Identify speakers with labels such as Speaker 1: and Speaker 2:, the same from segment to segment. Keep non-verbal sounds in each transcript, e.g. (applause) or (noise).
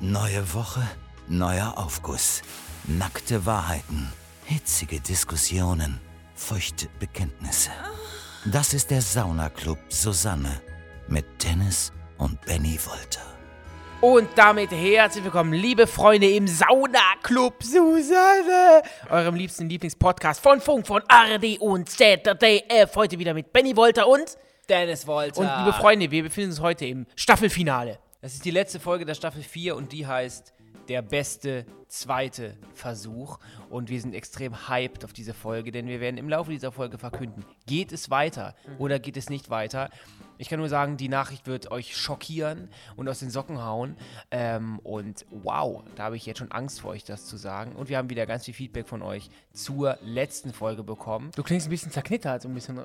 Speaker 1: Neue Woche, neuer Aufguss. Nackte Wahrheiten, hitzige Diskussionen, feuchte Bekenntnisse. Das ist der Saunaclub Susanne mit Dennis und Benny Wolter.
Speaker 2: Und damit herzlich willkommen, liebe Freunde im Sauna-Club Susanne, eurem liebsten Lieblingspodcast von Funk, von ARD und ZDF. Heute wieder mit Benny Wolter und...
Speaker 3: Dennis Wolter.
Speaker 2: Und liebe Freunde, wir befinden uns heute im Staffelfinale.
Speaker 3: Das ist die letzte Folge der Staffel 4 und die heißt Der beste zweite Versuch. Und wir sind extrem hyped auf diese Folge, denn wir werden im Laufe dieser Folge verkünden, geht es weiter oder geht es nicht weiter. Ich kann nur sagen, die Nachricht wird euch schockieren und aus den Socken hauen. Ähm, und wow, da habe ich jetzt schon Angst vor euch, das zu sagen. Und wir haben wieder ganz viel Feedback von euch zur letzten Folge bekommen.
Speaker 2: Du klingst ein bisschen zerknittert, so ein bisschen... äh,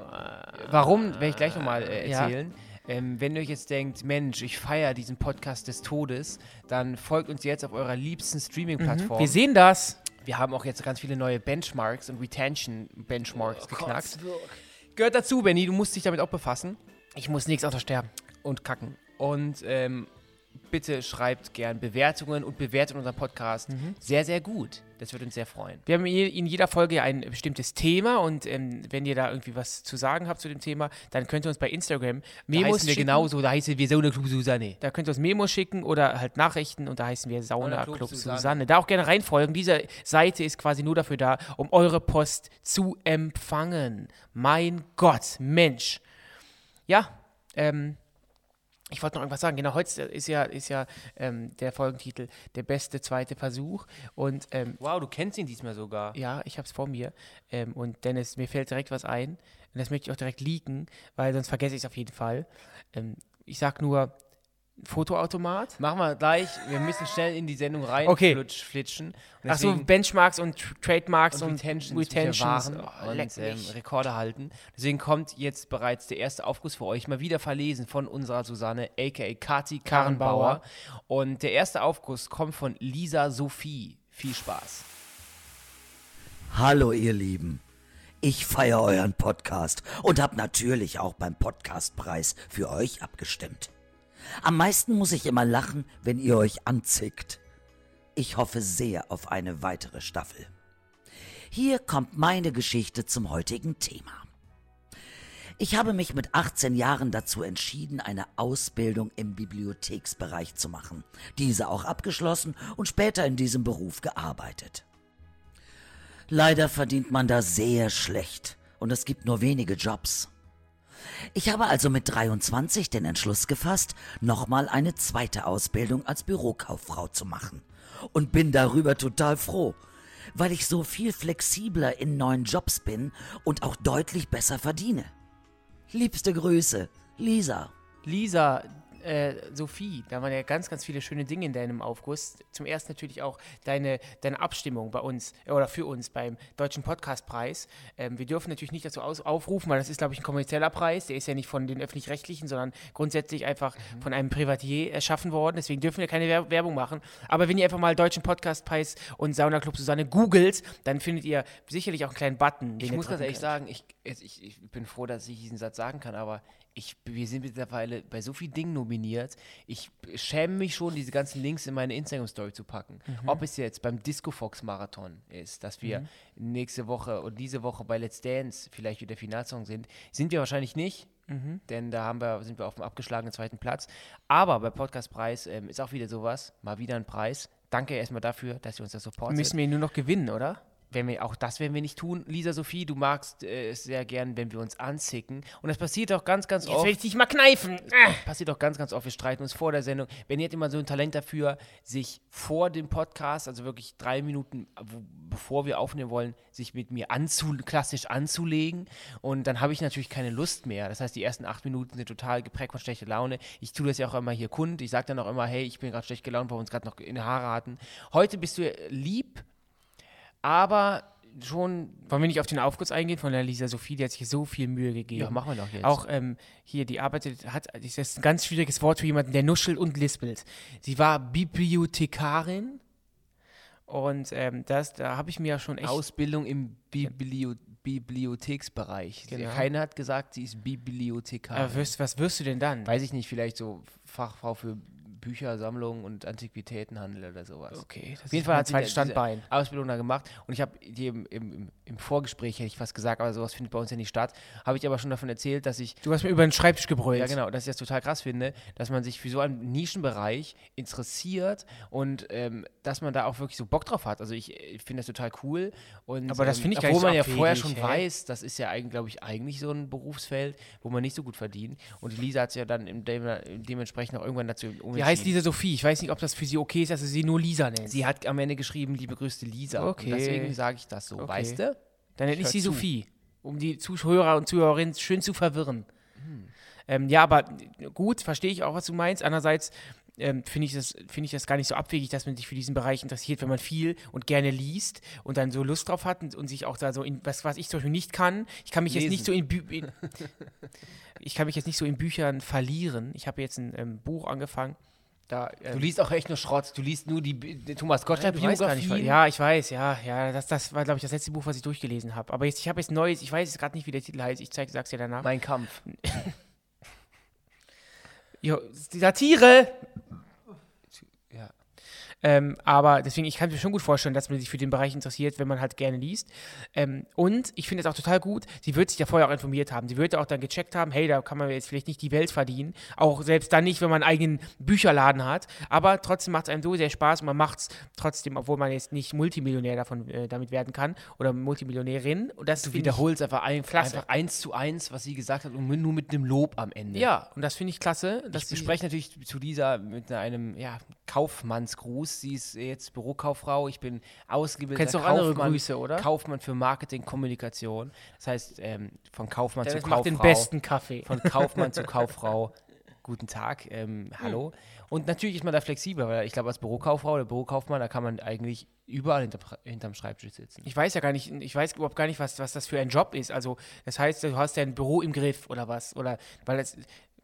Speaker 3: Warum, werde ich gleich nochmal äh,
Speaker 2: Ja.
Speaker 3: erzählen. Ähm, wenn ihr euch jetzt denkt, Mensch, ich feiere diesen Podcast des Todes, dann folgt uns jetzt auf eurer liebsten Streaming-Plattform.
Speaker 2: Mhm. Wir sehen das.
Speaker 3: Wir haben auch jetzt ganz viele neue Benchmarks und Retention-Benchmarks
Speaker 2: Oh
Speaker 3: geknackt. Gehört dazu, Benny, du musst dich damit auch befassen
Speaker 2: Ich muss nichts außer sterben.
Speaker 3: und kacken. Und ähm, bitte schreibt gern Bewertungen und bewertet unseren Podcast
Speaker 2: Mhm.
Speaker 3: sehr, sehr gut. Das würde uns sehr freuen.
Speaker 2: Wir haben je- in jeder Folge ja ein bestimmtes Thema und ähm, wenn ihr da irgendwie was zu sagen habt zu dem Thema, dann könnt ihr uns bei Instagram
Speaker 3: Da
Speaker 2: Memos
Speaker 3: heißen wir
Speaker 2: schicken.
Speaker 3: genauso, da heißen wir so eine Club Susanne.
Speaker 2: Da könnt ihr uns Memos schicken oder halt Nachrichten und da heißen wir Sauna
Speaker 3: Sauna Club
Speaker 2: Club Susanne.
Speaker 3: Susanne.
Speaker 2: Da auch gerne reinfolgen. Diese Seite ist quasi nur dafür da, um eure Post zu empfangen. Mein Gott, Mensch. Ja, ähm, ich wollte noch irgendwas sagen. Genau, heute ist ja, ist ja ähm, der Folgentitel der beste zweite Versuch und ähm,
Speaker 3: Wow, du kennst ihn diesmal sogar.
Speaker 2: ja, ich hab's vor mir. Ähm, und Dennis, mir fällt direkt was ein. Und das möchte ich auch direkt leaken, weil sonst vergesse ich es auf jeden Fall. Ähm, ich sag nur Fotoautomat.
Speaker 3: Machen wir gleich. Wir müssen schnell in die Sendung rein
Speaker 2: Okay.
Speaker 3: flutsch- flitschen. Und
Speaker 2: Achso,
Speaker 3: deswegen-
Speaker 2: Benchmarks und Tr- Trademarks
Speaker 3: und
Speaker 2: und,
Speaker 3: Retentions, müssen wir
Speaker 2: Retentions.
Speaker 3: wahren
Speaker 2: Oh, leck
Speaker 3: und ähm,
Speaker 2: mich.
Speaker 3: Rekorde halten. Deswegen kommt jetzt bereits der erste Aufguss für euch, mal wieder verlesen von unserer Susanne, a.k.a. Kati Karrenbauer. Und der erste Aufguss kommt von Lisa Sophie. Viel Spaß.
Speaker 4: Hallo ihr Lieben. Ich feiere euren Podcast und habe natürlich auch beim Podcastpreis für euch abgestimmt. Am meisten muss ich immer lachen, wenn ihr euch anzickt. Ich hoffe sehr auf eine weitere Staffel. Hier kommt meine Geschichte zum heutigen Thema. Ich habe mich mit 18 Jahren dazu entschieden, eine Ausbildung im Bibliotheksbereich zu machen, diese auch abgeschlossen und später in diesem Beruf gearbeitet. Leider verdient man da sehr schlecht und es gibt nur wenige Jobs. Ich habe also mit 23 den Entschluss gefasst, nochmal eine zweite Ausbildung als Bürokauffrau zu machen und bin darüber total froh, weil ich so viel flexibler in neuen Jobs bin und auch deutlich besser verdiene. Liebste Grüße, Lisa.
Speaker 2: Lisa, äh, Sophie, da waren ja ganz, ganz viele schöne Dinge in deinem Aufguss. Zum ersten natürlich auch deine, deine Abstimmung bei uns äh, oder für uns beim Deutschen Podcastpreis. Ähm, wir dürfen natürlich nicht dazu aus aufrufen, weil das ist, glaube ich, ein kommerzieller Preis. Der ist ja nicht von den Öffentlich-Rechtlichen, sondern grundsätzlich einfach Mhm. von einem Privatier erschaffen worden. Deswegen dürfen wir keine Wer Werbung machen. Aber wenn ihr einfach mal Deutschen Podcastpreis und Sauna Club Susanne googelt, dann findet ihr sicherlich auch einen kleinen Button.
Speaker 3: Ich
Speaker 2: ihr
Speaker 3: muss ganz
Speaker 2: drücken
Speaker 3: ehrlich
Speaker 2: könnt.
Speaker 3: sagen, ich, es- ich, ich bin froh, dass ich diesen Satz sagen kann, aber ich, wir sind mittlerweile bei so vielen Dingen nominiert. Ich schäme mich schon, diese ganzen Links in meine Instagram-Story zu packen.
Speaker 2: Mhm.
Speaker 3: Ob es jetzt beim Disco Fox Marathon ist, dass wir
Speaker 2: Mhm.
Speaker 3: nächste Woche und diese Woche bei Let's Dance vielleicht wieder Finalsong sind, sind wir wahrscheinlich nicht.
Speaker 2: Mhm.
Speaker 3: Denn da haben wir, sind wir auf dem abgeschlagenen zweiten Platz. Aber bei Podcastpreis ähm, ist auch wieder sowas. Mal wieder ein Preis. Danke erstmal dafür, dass ihr uns das supportet
Speaker 2: Müssen wir nur noch gewinnen, oder?
Speaker 3: wenn wir auch das werden wir nicht tun. Lisa Sophie, du magst äh, es sehr gern, wenn wir uns anzicken. Und das passiert auch ganz, ganz
Speaker 2: Jetzt will
Speaker 3: oft.
Speaker 2: ich dich mal kneifen. Ah.
Speaker 3: Passiert auch ganz, ganz oft. Wir streiten uns vor der Sendung. Benny hat immer so ein Talent dafür, sich vor dem Podcast, also wirklich drei Minuten, wo, bevor wir aufnehmen wollen, sich mit mir anzu, klassisch anzulegen. Und dann habe ich natürlich keine Lust mehr. Das heißt, die ersten acht Minuten sind total geprägt von schlechter Laune. Ich tue das ja auch immer hier kund. Ich sage dann auch immer, hey, ich bin gerade schlecht gelaunt, weil wir uns gerade noch in den Haare hatten. Heute bist du äh, lieb, aber schon
Speaker 2: Wollen wir nicht auf den Aufguss eingehen von der Lisa Sophie? Die hat sich so viel Mühe gegeben.
Speaker 3: Ja, machen wir doch jetzt.
Speaker 2: Auch ähm, hier, die arbeitet, hat, das ist ein ganz schwieriges Wort für jemanden, der nuschelt und lispelt. Sie war Bibliothekarin und ähm, das, da habe ich mir ja schon echt.
Speaker 3: Ausbildung im Biblio Bibliotheksbereich.
Speaker 2: Genau.
Speaker 3: Keiner hat gesagt, sie ist Bibliothekarin.
Speaker 2: äh, wirst, Ah, was wirst du denn dann?
Speaker 3: Weiß ich nicht, vielleicht so Fachfrau für Büchersammlung und Antiquitätenhandel oder sowas.
Speaker 2: Okay, das
Speaker 3: Auf jeden Fall hat sie
Speaker 2: zweites
Speaker 3: die- diese
Speaker 2: Standbein.
Speaker 3: Ausbildung da gemacht und ich habe die im, im, im- im Vorgespräch, hätte ich fast gesagt, aber sowas findet bei uns ja nicht statt, habe ich aber schon davon erzählt, dass ich
Speaker 2: Du hast mir über den Schreibtisch gebrüllt.
Speaker 3: ja, genau, dass ich das total krass finde, dass man sich für so einen Nischenbereich interessiert und ähm, dass man da auch wirklich so Bock drauf hat. Also ich, äh, finde das total cool. Und,
Speaker 2: Aber das
Speaker 3: ähm,
Speaker 2: finde ich gar
Speaker 3: Obwohl
Speaker 2: nicht so
Speaker 3: man ja vorher
Speaker 2: abwegig,
Speaker 3: schon
Speaker 2: hä?
Speaker 3: weiß, das ist ja, glaube ich, eigentlich so ein Berufsfeld, wo man nicht so gut verdient. Und die Lisa hat sich ja dann im dem, dementsprechend auch irgendwann dazu umentschieden.
Speaker 2: Die heißt Lisa Sophie. Ich weiß nicht, ob das für sie okay ist, dass sie sie nur Lisa nennt.
Speaker 3: Sie hat am Ende geschrieben, liebe Grüße Lisa.
Speaker 2: Okay.
Speaker 3: Und deswegen sage ich das so,
Speaker 2: Okay.
Speaker 3: weißt du?
Speaker 2: Dann nenne ich
Speaker 3: hör
Speaker 2: sie
Speaker 3: zu.
Speaker 2: Sophie, um die Zuhörer und Zuhörerinnen schön zu verwirren.
Speaker 3: Hm.
Speaker 2: Ähm, ja, aber gut, verstehe ich auch, was du meinst. Andererseits ähm, finde ich, das- finde ich das gar nicht so abwegig, dass man sich für diesen Bereich interessiert, wenn man viel und gerne liest und dann so Lust drauf hat und, und sich auch da so in, was, was ich zum Beispiel nicht kann, ich kann mich jetzt nicht so in, Bü in (laughs) ich kann mich jetzt nicht so in Büchern verlieren. Ich habe jetzt ein ähm, Buch angefangen. Da,
Speaker 3: Du
Speaker 2: ähm,
Speaker 3: liest auch echt nur Schrott. Du liest nur die, Bi- die Thomas
Speaker 2: Du weißt gar nicht, wa-
Speaker 3: Gottschalk-Biografie.
Speaker 2: ja, ich weiß, ja, ja. Das, das war, glaube ich, das letzte Buch, was ich durchgelesen habe. Aber jetzt, ich habe jetzt neues, ich weiß jetzt gerade nicht, wie der Titel heißt. Ich zeig, sag's dir danach.
Speaker 3: Mein Kampf.
Speaker 2: Jo, die Satire!
Speaker 3: Ja.
Speaker 2: Ähm, aber deswegen, ich kann mir schon gut vorstellen, dass man sich für den Bereich interessiert, wenn man halt gerne liest. Ähm, und ich finde es auch total gut, sie wird sich da vorher auch informiert haben. Sie wird auch dann gecheckt haben, hey, da kann man jetzt vielleicht nicht die Welt verdienen. Auch selbst dann nicht, wenn man einen eigenen Bücherladen hat. Aber trotzdem macht es einem so sehr Spaß und man macht es trotzdem, obwohl man jetzt nicht Multimillionär davon äh, damit werden kann oder Multimillionärin. Und das
Speaker 3: Du
Speaker 2: finde ich-
Speaker 3: wiederholst einfach, ein,
Speaker 2: Klasse.
Speaker 3: einfach eins zu eins, was sie gesagt hat, und nur mit einem Lob am Ende.
Speaker 2: Ja, und das finde ich klasse. Dass
Speaker 3: Ich
Speaker 2: sie-
Speaker 3: bespreche natürlich zu Lisa mit einem ja, Kaufmannsgruß. Sie ist jetzt Bürokauffrau. Ich bin ausgebildeter
Speaker 2: Kennst du auch andere
Speaker 3: Kaufmann,
Speaker 2: Grüße, oder?
Speaker 3: Kaufmann für Marketing, Kommunikation. Das heißt, ähm, von Kaufmann
Speaker 2: Dennis
Speaker 3: zu Kauffrau.
Speaker 2: macht den besten Kaffee.
Speaker 3: Von Kaufmann zu Kauffrau. Guten Tag, ähm, hallo. Und natürlich ist man da flexibel, weil ich glaube, als Bürokauffrau oder Bürokaufmann, da kann man eigentlich überall hinter, hinterm Schreibtisch sitzen.
Speaker 2: Ich weiß ja gar nicht, ich weiß überhaupt gar nicht, was, was das für ein Job ist. Also, das heißt, du hast ja ein Büro im Griff oder was? Oder, weil das,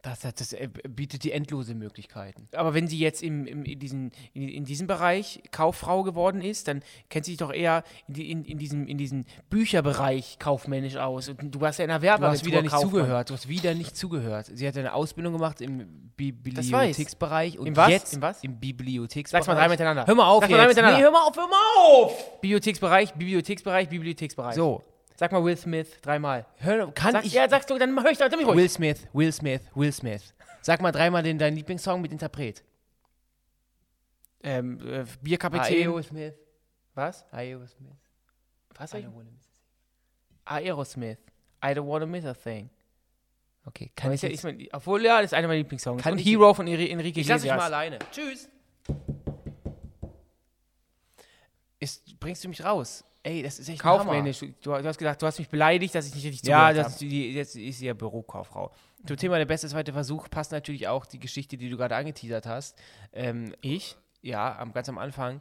Speaker 3: Das, das, das äh, bietet die endlose Möglichkeiten.
Speaker 2: aber wenn sie jetzt im, im, in, diesen, in, in diesem Bereich Kauffrau geworden ist, dann kennt sie sich doch eher in, die- in, in, diesem, in diesem Bücherbereich kaufmännisch aus. Und du warst ja in der
Speaker 3: Du hast
Speaker 2: Werbeagentur
Speaker 3: wieder nicht
Speaker 2: Kaufmann.
Speaker 3: zugehört. Du hast wieder nicht zugehört. Sie hat eine Ausbildung gemacht im Bi
Speaker 2: Das weiß.
Speaker 3: Bibliotheksbereich und
Speaker 2: Im was?
Speaker 3: jetzt
Speaker 2: Im was?
Speaker 3: Bibliotheksbereich.
Speaker 2: Sag's mal dreimal hintereinander.
Speaker 3: Hör mal auf
Speaker 2: Sag's mal dreimal
Speaker 3: jetzt.
Speaker 2: hintereinander.
Speaker 3: Nee, hör mal auf, hör mal auf.
Speaker 2: Bibliotheksbereich, Bibliotheksbereich, Bibliotheksbereich.
Speaker 3: So,
Speaker 2: Sag mal Will Smith dreimal.
Speaker 3: hör, kann
Speaker 2: Also, Sag,
Speaker 3: ich
Speaker 2: ja, sagst du, dann hör ich, dann bin ich ruhig.
Speaker 3: Will Smith, Will Smith, Will Smith. Sag mal dreimal den deinen Lieblingssong mit Interpret.
Speaker 2: Ähm, äh, Bierkapitän.
Speaker 3: Smith.
Speaker 2: was?
Speaker 3: Io Smith.
Speaker 2: Was?
Speaker 3: I don't wanna miss it.
Speaker 2: Aerosmith. I don't wanna miss a thing.
Speaker 3: Okay,
Speaker 2: Aber
Speaker 3: kann ich
Speaker 2: ist ja,
Speaker 3: jetzt?
Speaker 2: ist mein, obwohl, ja, das ist einer meiner Lieblingssongs.
Speaker 3: Kann
Speaker 2: und
Speaker 3: ich-
Speaker 2: Hero von Enri- Enrique
Speaker 3: Ich lass dich
Speaker 2: Iglesias.
Speaker 3: mal alleine. Tschüss. Ist, bringst du mich raus? Ey, das ist echt ein Hammer.
Speaker 2: Kaufmännisch. Du, du hast gesagt, du hast mich beleidigt, dass ich nicht richtig
Speaker 3: Ja,
Speaker 2: zugehört
Speaker 3: das
Speaker 2: habe.
Speaker 3: ist die, jetzt ist sie ja Bürokauffrau. Zum Thema der beste zweite Versuch passt natürlich auch die Geschichte, die du gerade angeteasert hast. Ähm, ich? Ja, am, ganz am Anfang.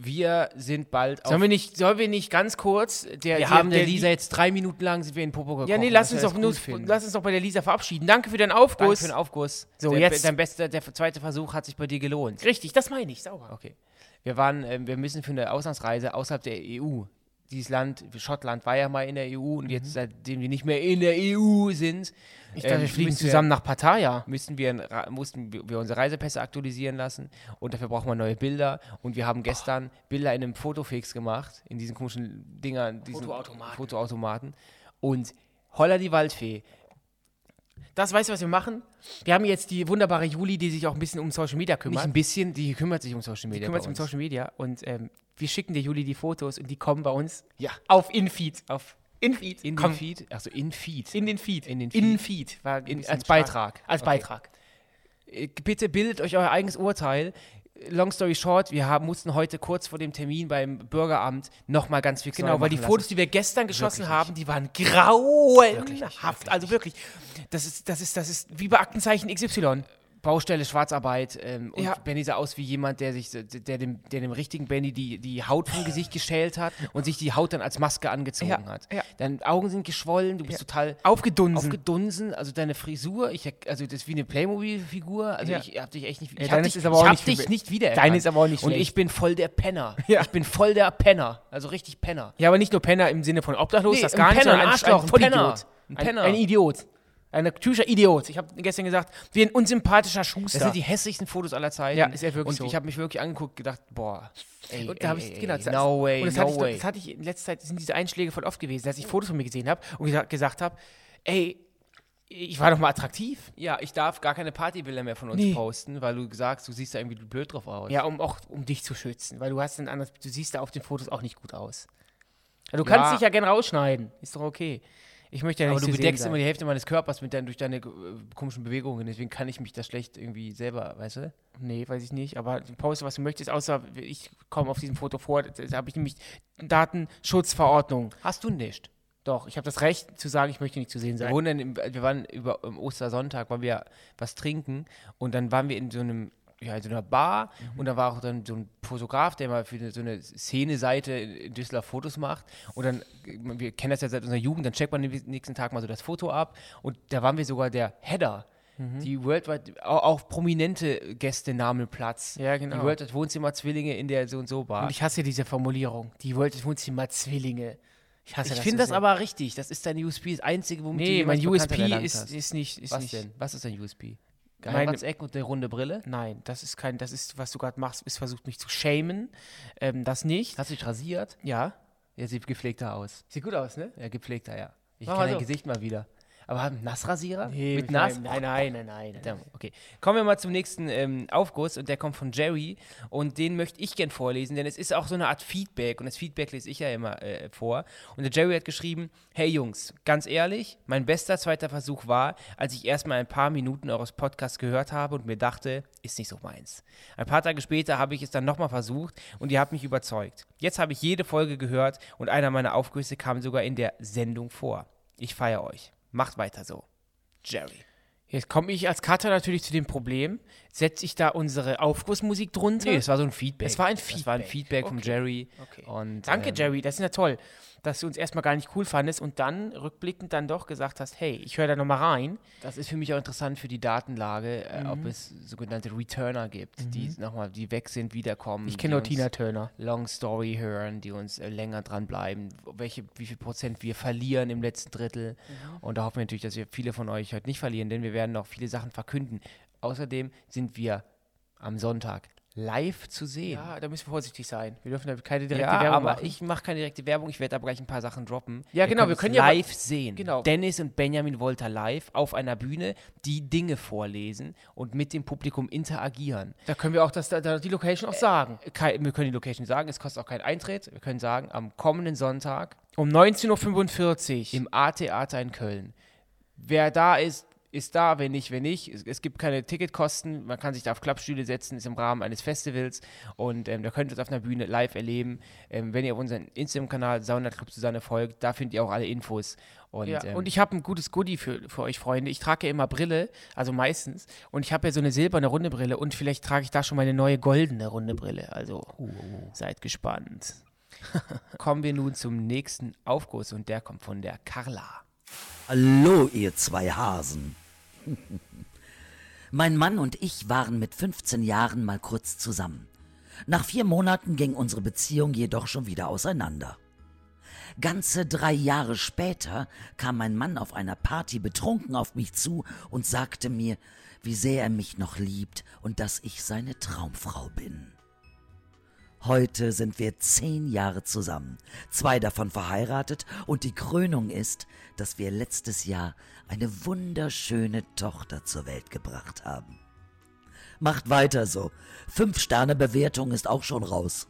Speaker 3: Wir sind bald auf.
Speaker 2: Sollen wir nicht, sollen wir nicht ganz kurz der,
Speaker 3: wir haben der Lisa jetzt drei Minuten lang sind wir in Popo gekommen.
Speaker 2: Ja, nee, lass uns doch nur, lass uns doch bei der Lisa verabschieden. Danke für deinen Aufguss.
Speaker 3: Danke für den Aufguss.
Speaker 2: So,
Speaker 3: der,
Speaker 2: jetzt-
Speaker 3: Dein bester, der zweite Versuch hat sich bei dir gelohnt.
Speaker 2: richtig, das meine ich, sauber.
Speaker 3: Okay. Wir waren, ähm, wir müssen für eine Auslandsreise außerhalb der EU. Dieses Land, Schottland war ja mal in der EU und jetzt, seitdem wir nicht mehr in der EU sind,
Speaker 2: Ich dachte,
Speaker 3: ähm,
Speaker 2: Äh, wir fliegen
Speaker 3: müssen
Speaker 2: zusammen nach Pattaya.
Speaker 3: müssen wir, ein Ra- mussten wir wir unsere Reisepässe aktualisieren lassen und dafür brauchen wir neue Bilder. Und wir haben gestern Bilder in einem Fotofix gemacht, in diesen komischen Dinger, in diesen
Speaker 2: Fotoautomaten.
Speaker 3: Fotoautomaten. Und Holla die Waldfee.
Speaker 2: Das, weißt du, was wir machen? Wir haben jetzt die wunderbare Juli, die sich auch ein bisschen um Social Media
Speaker 3: Nicht
Speaker 2: kümmert.
Speaker 3: ein bisschen, die kümmert sich um Social Media.
Speaker 2: Die kümmert
Speaker 3: bei
Speaker 2: sich um
Speaker 3: uns.
Speaker 2: Social Media und ähm, wir schicken der Juli die Fotos und die kommen bei uns
Speaker 3: Ja.
Speaker 2: auf Infeed. Auf Infeed.
Speaker 3: In
Speaker 2: Komm,
Speaker 3: den Feed. Achso, in Feed.
Speaker 2: In den Feed.
Speaker 3: In den
Speaker 2: In den Feed. War ein
Speaker 3: In-
Speaker 2: bisschen
Speaker 3: als
Speaker 2: stark.
Speaker 3: Beitrag.
Speaker 2: Als
Speaker 3: Okay.
Speaker 2: Beitrag.
Speaker 3: Äh, Bitte bildet euch euer eigenes Urteil. Long story short, wir haben, mussten heute kurz vor dem Termin beim Bürgeramt nochmal ganz fix neu
Speaker 2: Genau, weil die
Speaker 3: machen
Speaker 2: Fotos,
Speaker 3: lassen.
Speaker 2: die wir gestern geschossen
Speaker 3: Wirklich
Speaker 2: haben, die waren grauenhaft. Also wirklich, das ist, das ist, das ist wie bei Aktenzeichen XY.
Speaker 3: Baustelle Schwarzarbeit ähm, und
Speaker 2: Ja.
Speaker 3: Benny sah aus wie jemand, der sich, der dem, der dem richtigen Benny die, die Haut vom Gesicht geschält hat und sich die Haut dann als Maske angezogen
Speaker 2: Ja,
Speaker 3: hat.
Speaker 2: ja.
Speaker 3: Deine Augen sind geschwollen, du bist total
Speaker 2: Aufgedunsen.
Speaker 3: aufgedunsen, also deine Frisur, ich, erk- also das ist wie eine Playmobil-Figur, also
Speaker 2: Ja.
Speaker 3: ich hab dich echt nicht,
Speaker 2: Ja,
Speaker 3: ich hab
Speaker 2: deines
Speaker 3: dich,
Speaker 2: ist aber auch
Speaker 3: ich
Speaker 2: nicht
Speaker 3: hab
Speaker 2: viel
Speaker 3: dich
Speaker 2: be-
Speaker 3: nicht wiedererkannt.
Speaker 2: Deines aber auch nicht
Speaker 3: Und
Speaker 2: schlecht.
Speaker 3: ich bin voll der Penner,
Speaker 2: Ja.
Speaker 3: ich bin voll der Penner, also richtig Penner.
Speaker 2: ja, aber nicht nur Penner im Sinne von obdachlos,
Speaker 3: Nee,
Speaker 2: das
Speaker 3: ein
Speaker 2: gar nicht,
Speaker 3: Penner,
Speaker 2: sondern
Speaker 3: ein
Speaker 2: ein,
Speaker 3: Arschloch,
Speaker 2: ein
Speaker 3: ein
Speaker 2: Vollidiot.
Speaker 3: Penner, ein
Speaker 2: Ein,
Speaker 3: Penner.
Speaker 2: ein Idiot. Ein natürlicher Idiot. Ich habe gestern gesagt, wie ein unsympathischer Schuster.
Speaker 3: Das sind die hässlichsten Fotos aller Zeiten.
Speaker 2: Ja, ist ja wirklich
Speaker 3: Und
Speaker 2: so.
Speaker 3: ich habe mich wirklich angeguckt und gedacht, boah, ey,
Speaker 2: und
Speaker 3: ey,
Speaker 2: da habe ich
Speaker 3: ey,
Speaker 2: genau,
Speaker 3: ey,
Speaker 2: das-
Speaker 3: no way,
Speaker 2: und das hatte
Speaker 3: no
Speaker 2: ich,
Speaker 3: way.
Speaker 2: Das hatte ich in letzter Zeit sind diese Einschläge voll oft gewesen, dass ich Fotos von mir gesehen habe und gesagt, gesagt habe, ey, ich war doch mal attraktiv.
Speaker 3: ja, ich darf gar keine Partybilder mehr von uns
Speaker 2: Nee.
Speaker 3: posten, weil du sagst, du siehst da irgendwie blöd drauf aus.
Speaker 2: Ja, um auch um dich zu schützen, weil du hast ein anderes, du siehst da auf den Fotos auch nicht gut aus. Du kannst
Speaker 3: Ja.
Speaker 2: dich ja gern rausschneiden, ist doch okay. Ich möchte ja nicht
Speaker 3: Aber du
Speaker 2: zu sehen
Speaker 3: bedeckst
Speaker 2: sein.
Speaker 3: immer die Hälfte meines Körpers mit deinen, durch deine äh, komischen Bewegungen, deswegen kann ich mich da schlecht irgendwie selber, weißt du?
Speaker 2: Nee, weiß ich nicht, aber du poste, was du möchtest, außer ich komme auf diesem Foto vor, da da habe ich nämlich Datenschutzverordnung.
Speaker 3: Hast du nicht.
Speaker 2: Doch, ich habe das Recht zu sagen, ich möchte nicht zu sehen
Speaker 3: Wir,
Speaker 2: sein.
Speaker 3: wurden dann im, wir waren über am Ostersonntag, waren wir was trinken und dann waren wir in so einem ja, in so einer Bar
Speaker 2: Mhm.
Speaker 3: und da war auch dann so ein Fotograf, der mal für so eine Szeneseite in Düsseldorf Fotos macht und dann, wir kennen das ja seit unserer Jugend, dann checkt man den nächsten Tag mal so das Foto ab und da waren wir sogar der Header,
Speaker 2: Mhm.
Speaker 3: die Worldwide, auch, auch prominente Gäste nahmen Platz.
Speaker 2: Ja, genau.
Speaker 3: Die Worldwide Wohnzimmer Zwillinge in der so und so Bar.
Speaker 2: Und ich hasse diese Formulierung. Die wollten uns immer Zwillinge. Ich hasse
Speaker 3: Ich
Speaker 2: das.
Speaker 3: finde
Speaker 2: so
Speaker 3: das
Speaker 2: sehr.
Speaker 3: aber richtig. Das ist dein USP, das einzige, womit du
Speaker 2: Nee,
Speaker 3: jemals
Speaker 2: mein USP
Speaker 3: Bekanntheit
Speaker 2: ist,
Speaker 3: erlangt hast.
Speaker 2: ist nicht. Ist
Speaker 3: Was
Speaker 2: nicht,
Speaker 3: denn? Was ist dein USP?
Speaker 2: Meine-
Speaker 3: Heiratseck und eine runde Brille?
Speaker 2: Nein, das ist kein. Das ist, was du gerade machst, ist versucht, mich zu shamen. Ähm, das nicht.
Speaker 3: Hast du dich rasiert?
Speaker 2: Ja.
Speaker 3: Er sieht gepflegter aus.
Speaker 2: Sieht gut aus, ne?
Speaker 3: Ja, gepflegter, ja. Ich
Speaker 2: Mach
Speaker 3: kenne
Speaker 2: mal
Speaker 3: dein
Speaker 2: so.
Speaker 3: Gesicht mal wieder. Aber haben Nassrasierer?
Speaker 2: Nee,
Speaker 3: Mit Nass?
Speaker 2: Nein, nein, nein, nein. nein.
Speaker 3: Verdammt, Okay. Kommen wir mal zum nächsten ähm, Aufguss und der kommt von Jerry und den möchte ich gern vorlesen, denn es ist auch so eine Art Feedback und das Feedback lese ich ja immer äh, vor. Und der Jerry hat geschrieben: Hey Jungs, ganz ehrlich, mein bester zweiter Versuch war, als ich erstmal ein paar Minuten eures Podcasts gehört habe und mir dachte, ist nicht so meins. Ein paar Tage später habe ich es dann nochmal versucht und ihr habt mich überzeugt. Jetzt habe ich jede Folge gehört und einer meiner Aufgüsse kam sogar in der Sendung vor. Ich feiere euch. Macht weiter so. Jerry.
Speaker 2: Jetzt komme ich als Cutter natürlich zu dem Problem. Setze ich da unsere Aufgussmusik drunter?
Speaker 3: Nee, es war so ein Feedback.
Speaker 2: Es war ein
Speaker 3: Es war ein
Speaker 2: Feedback.
Speaker 3: Feedback vom Jerry.
Speaker 2: Okay.
Speaker 3: Und,
Speaker 2: Danke,
Speaker 3: ähm,
Speaker 2: Jerry, das ist ja toll, dass du uns erstmal gar nicht cool fandest und dann rückblickend dann doch gesagt hast, hey, ich höre da nochmal rein.
Speaker 3: Das ist für mich auch interessant für die Datenlage, äh, ob
Speaker 2: Mhm.
Speaker 3: es sogenannte Returner gibt, die nochmal, die weg sind, wiederkommen.
Speaker 2: Ich kenne nur
Speaker 3: die uns
Speaker 2: Tina Turner.
Speaker 3: Long Story hören, die uns äh, länger dranbleiben, welche, wie viel Prozent wir verlieren im letzten Drittel.
Speaker 2: Mhm.
Speaker 3: Und da hoffen wir natürlich, dass wir viele von euch heute nicht verlieren, denn wir werden noch viele Sachen verkünden. Außerdem sind wir am Sonntag live zu sehen.
Speaker 2: Ja, da müssen wir vorsichtig sein. Wir dürfen da keine direkte
Speaker 3: Ja,
Speaker 2: Werbung
Speaker 3: aber
Speaker 2: machen.
Speaker 3: ich mache keine direkte Werbung, ich werde aber gleich ein paar Sachen droppen.
Speaker 2: Ja, genau, wir
Speaker 3: es
Speaker 2: können ja mal-
Speaker 3: live sehen.
Speaker 2: Genau.
Speaker 3: Dennis und Benjamin Wolter live auf einer Bühne die Dinge vorlesen und mit dem Publikum interagieren. Äh,
Speaker 2: Da können wir auch das, da, da die Location auch sagen.
Speaker 3: Kei- wir können die Location sagen, es kostet auch keinen Eintritt. Wir können sagen, am kommenden Sonntag
Speaker 2: Um 19.45 Uhr.
Speaker 3: im A-Theater in Köln. Wer da ist, ist da, wenn nicht, wenn nicht. Es, es gibt keine Ticketkosten, man kann sich da auf Klappstühle setzen, ist im Rahmen eines Festivals und ähm, da könnt ihr uns auf einer Bühne live erleben. Ähm, wenn ihr auf unseren Instagram-Kanal Sauna Club Susanne folgt, da findet ihr auch alle Infos. Und,
Speaker 2: ja,
Speaker 3: ähm,
Speaker 2: und ich habe ein gutes Goodie für, für euch, Freunde. Ich trage ja immer Brille, also meistens. Und ich habe ja so eine silberne runde Brille und vielleicht trage ich da schon meine neue goldene runde Brille. Also
Speaker 3: Uh. Oh.
Speaker 2: seid
Speaker 3: (laughs)
Speaker 2: gespannt.
Speaker 3: kommen wir nun zum nächsten Aufguss und der kommt von der Carla.
Speaker 4: Hallo, ihr zwei Hasen. (laughs) mein Mann und ich waren mit 15 Jahren mal kurz zusammen. Nach vier Monaten ging unsere Beziehung jedoch schon wieder auseinander. Ganze drei Jahre später kam mein Mann auf einer Party betrunken auf mich zu und sagte mir, wie sehr er mich noch liebt und dass ich seine Traumfrau bin. Heute sind wir zehn Jahre zusammen, zwei davon verheiratet und die Krönung ist, dass wir letztes Jahr eine wunderschöne Tochter zur Welt gebracht haben. Macht weiter so. Fünf Sterne Bewertung ist auch schon raus.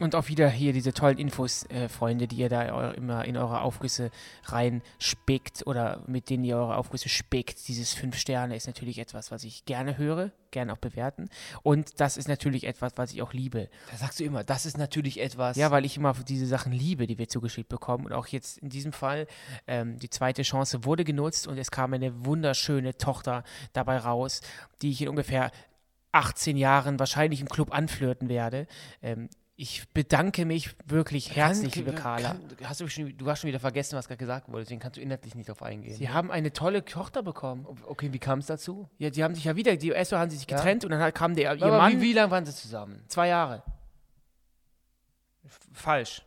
Speaker 2: Und auch wieder hier diese tollen Infos, äh, Freunde, die ihr da eu immer in eure Aufgüsse reinspickt oder mit denen ihr eure Aufgüsse spickt. Dieses Fünf Sterne ist natürlich etwas, was ich gerne höre, gerne auch bewerten. Und das ist natürlich etwas, was ich auch liebe.
Speaker 3: Da sagst du immer, das ist natürlich etwas.
Speaker 2: Ja, weil ich immer diese Sachen liebe, die wir zugeschickt bekommen. Und auch jetzt in diesem Fall, ähm, die zweite Chance wurde genutzt und es kam eine wunderschöne Tochter dabei raus, die ich in ungefähr 18 Jahren wahrscheinlich im Club anflirten werde. Ähm, ich bedanke mich wirklich herzlich,
Speaker 3: Kann-
Speaker 2: liebe Carla.
Speaker 3: kann- hast du, schon, du hast schon wieder vergessen, was gerade gesagt wurde, deswegen kannst du inhaltlich nicht darauf eingehen.
Speaker 2: Sie haben eine tolle Tochter bekommen.
Speaker 3: Okay, wie kam es dazu?
Speaker 2: Ja, die haben sich ja wieder, die erstmal haben sie sich
Speaker 3: Ja.
Speaker 2: getrennt und dann hat- kam der, ihr
Speaker 3: Aber
Speaker 2: Mann.
Speaker 3: wie, wie lange waren sie zusammen?
Speaker 2: Zwei Jahre.
Speaker 3: Falsch.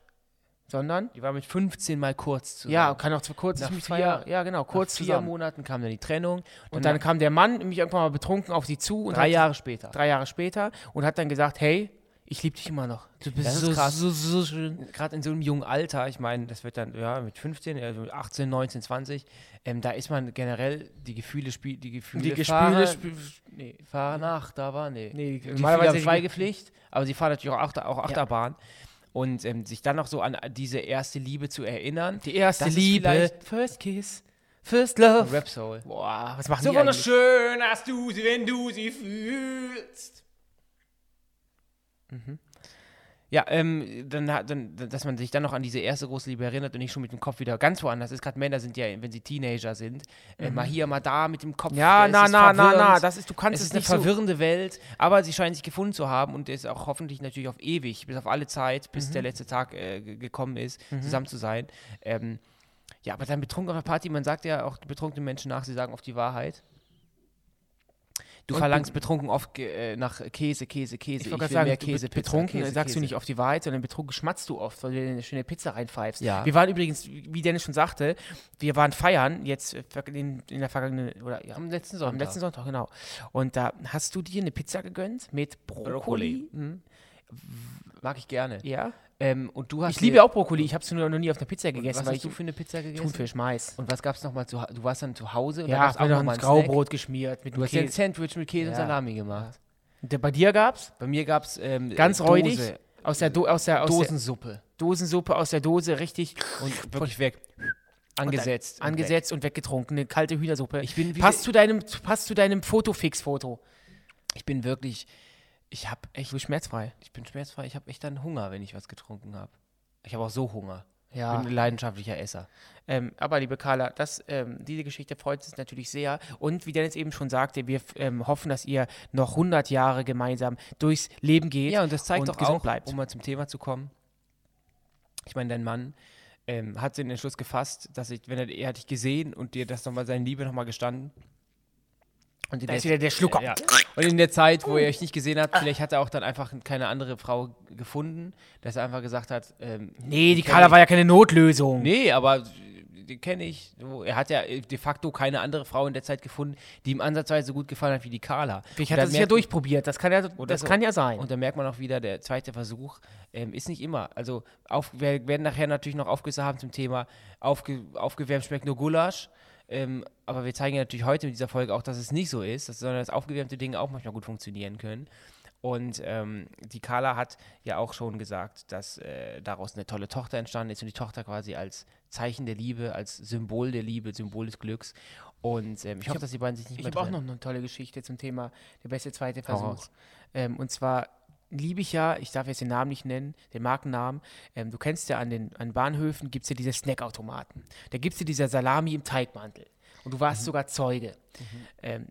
Speaker 2: sondern
Speaker 3: Die war mit 15 mal kurz zusammen.
Speaker 2: ja, kann auch zu kurz
Speaker 3: Nach
Speaker 2: mit
Speaker 3: vier-
Speaker 2: zwei Jahren. Ja, genau, kurz
Speaker 3: Nach vier
Speaker 2: zusammen.
Speaker 3: Monaten kam dann die Trennung
Speaker 2: Und dann
Speaker 3: nach-
Speaker 2: kam der Mann mich irgendwann mal betrunken auf sie zu und
Speaker 3: drei
Speaker 2: hat,
Speaker 3: Jahre später.
Speaker 2: drei Jahre später und hat dann gesagt, hey, ich liebe dich immer noch. Du bist
Speaker 3: Das ist
Speaker 2: so,
Speaker 3: krass.
Speaker 2: so so schön.
Speaker 3: Gerade in so einem jungen Alter, ich meine, das wird dann ja mit 15, also mit 18, 19, 20, ähm, da ist man generell die Gefühle spielt die Gefühle
Speaker 2: Die
Speaker 3: fahren-
Speaker 2: Gespüle, Spü- nee,
Speaker 3: fahren nach, da war nee.
Speaker 2: Nee,
Speaker 3: die
Speaker 2: normalerweise
Speaker 3: normalerweise
Speaker 2: die-
Speaker 3: Schweigepflicht, aber sie fahren natürlich auch, Achter, auch Achterbahn und ähm, sich dann noch so an diese erste Liebe zu erinnern.
Speaker 2: die erste
Speaker 3: Das ist
Speaker 2: Liebe,
Speaker 3: vielleicht-
Speaker 2: first kiss, first love.
Speaker 3: Rap Soul.
Speaker 2: Boah, Ah, was machen
Speaker 3: So
Speaker 2: die eigentlich?
Speaker 3: wunderschön hast du sie, wenn du sie fühlst. Ja, ähm, dann, hat- dann, dass man sich dann noch an diese erste große Liebe erinnert und nicht schon mit dem Kopf wieder ganz woanders ist. Gerade Männer sind ja, wenn sie Teenager sind, äh, mal hier, mal da mit dem Kopf.
Speaker 2: Mhm. Ja,
Speaker 3: äh, es
Speaker 2: na,
Speaker 3: ist
Speaker 2: na, na, na,
Speaker 3: verwirrend.
Speaker 2: das ist, du kannst
Speaker 3: es
Speaker 2: es,
Speaker 3: ist eine
Speaker 2: nicht so.
Speaker 3: verwirrende Welt, aber sie scheinen sich gefunden zu haben und ist auch hoffentlich natürlich auf ewig, bis auf alle Zeit, bis
Speaker 2: Mhm.
Speaker 3: der letzte Tag äh, ge- gekommen ist, zusammen zu sein. Ähm, ja, aber dann betrunken auf der Party, man sagt ja auch betrunkenen Menschen nach, sie sagen oft die Wahrheit. Du
Speaker 2: Und
Speaker 3: verlangst betrunken oft ge- äh, nach Käse, Käse, Käse.
Speaker 2: Ich wollte gerade sagen,
Speaker 3: mehr
Speaker 2: du bist
Speaker 3: Käse, Pizza,
Speaker 2: betrunken
Speaker 3: Käse,
Speaker 2: sagst du
Speaker 3: Käse.
Speaker 2: nicht oft die Wahrheit, sondern betrunken schmatzt du oft, weil du dir eine schöne Pizza reinpfeifst.
Speaker 3: Ja.
Speaker 2: Wir waren übrigens, wie Dennis schon sagte, wir waren feiern jetzt äh, ver- in, in der vergangenen, oder ja,
Speaker 3: Am letzten Sonntag.
Speaker 2: am letzten Sonntag, genau. Und da hast du dir eine Pizza gegönnt mit Brokkoli.
Speaker 3: Brokkoli.
Speaker 2: Mhm.
Speaker 3: Mag ich gerne.
Speaker 2: Ja.
Speaker 3: Ähm, und du hast
Speaker 2: Ich liebe auch Brokkoli, ich habe es nur noch nie auf einer Pizza gegessen,
Speaker 3: Was
Speaker 2: weil
Speaker 3: hast
Speaker 2: ich
Speaker 3: du für eine Pizza gegessen?
Speaker 2: Thunfisch, Mais.
Speaker 3: Und was gab's noch mal zu Hause? Du warst dann zu Hause und dann
Speaker 2: Ja,
Speaker 3: gab's
Speaker 2: ich habe
Speaker 3: auch noch
Speaker 2: noch
Speaker 3: mal
Speaker 2: ein
Speaker 3: einen Snack.
Speaker 2: Graubrot geschmiert mit
Speaker 3: Du hast dir ein
Speaker 2: Käse. Äh,
Speaker 3: Sandwich mit Käse und
Speaker 2: Ja.
Speaker 3: Salami gemacht.
Speaker 2: Und Bei dir gab's
Speaker 3: Bei mir gab es ähm,
Speaker 2: ganz
Speaker 3: Dose,
Speaker 2: räudig aus der, Do aus der, aus der
Speaker 3: Dosensuppe
Speaker 2: Dosensuppe aus der Dose richtig
Speaker 3: und wirklich weg. Angesetzt. und weg.
Speaker 2: angesetzt und weggetrunken, eine kalte Hühnersuppe.
Speaker 3: Ich bin wie-
Speaker 2: passt zu deinem passt zu deinem Fotofix-Foto.
Speaker 3: Ich bin wirklich, ich habe echt,
Speaker 2: Du bist schmerzfrei.
Speaker 3: ich bin schmerzfrei, ich habe echt dann Hunger, wenn ich was getrunken habe. Ich habe auch so Hunger. Ich
Speaker 2: Ja,
Speaker 3: bin ein leidenschaftlicher Esser.
Speaker 2: ähm, aber liebe Carla, das, ähm, diese Geschichte freut uns natürlich sehr. Und wie Dennis eben schon sagte, wir ähm, hoffen, dass ihr noch 100 Jahre gemeinsam durchs Leben geht.
Speaker 3: Ja, und das zeigt
Speaker 2: und
Speaker 3: doch
Speaker 2: gesund
Speaker 3: auch,
Speaker 2: bleibt.
Speaker 3: um mal zum Thema zu kommen. Ich meine, dein Mann ähm, hat den Entschluss gefasst, dass ich, wenn er, er hat dich gesehen und dir das nochmal, seine Liebe nochmal gestanden. Und in
Speaker 2: da
Speaker 3: der
Speaker 2: ist wieder der Schlucker.
Speaker 3: Ja. Und in der Zeit, wo ihr euch nicht gesehen habt, vielleicht hat er auch dann einfach keine andere Frau gefunden, dass er einfach gesagt hat, ähm,
Speaker 2: Nee, die Carla war ja keine Notlösung.
Speaker 3: nee, aber die kenne ich. So, Er hat ja äh, de facto keine andere Frau in der Zeit gefunden, die ihm ansatzweise so gut gefallen hat wie die Carla.
Speaker 2: Ich
Speaker 3: Und
Speaker 2: hatte
Speaker 3: dann
Speaker 2: es ja
Speaker 3: merkt-
Speaker 2: durchprobiert. Das kann ja,
Speaker 3: Oder
Speaker 2: das
Speaker 3: so.
Speaker 2: kann ja sein.
Speaker 3: Äh, Und da merkt man auch wieder, der zweite Versuch ähm, ist nicht immer. Also auf, wir werden nachher natürlich noch Aufgüsse haben zum Thema aufge, aufgewärmt schmeckt nur Gulasch. Ähm, aber wir zeigen ja natürlich heute mit dieser Folge auch, dass es nicht so ist, dass, sondern dass aufgewärmte Dinge auch manchmal gut funktionieren können. Und ähm, die Carla hat ja auch schon gesagt, dass äh, daraus eine tolle Tochter entstanden ist und die Tochter quasi als Zeichen der Liebe, als Symbol der Liebe, Symbol des Glücks. Und ähm, ich, hoffe, dass die beiden sich nicht
Speaker 2: Ich
Speaker 3: mehr
Speaker 2: habe auch
Speaker 3: trennen.
Speaker 2: noch eine tolle Geschichte zum Thema der beste zweite
Speaker 3: Hau
Speaker 2: Versuch.
Speaker 3: raus.
Speaker 2: Ähm, und zwar liebe ich ja, ich darf jetzt den Namen nicht nennen, den Markennamen. Ähm, du kennst ja an den an Bahnhöfen gibt es ja diese Snackautomaten. Da gibt es ja dieser Salami im Teigmantel. Und du
Speaker 3: Mhm.
Speaker 2: warst sogar Zeuge. Ähm,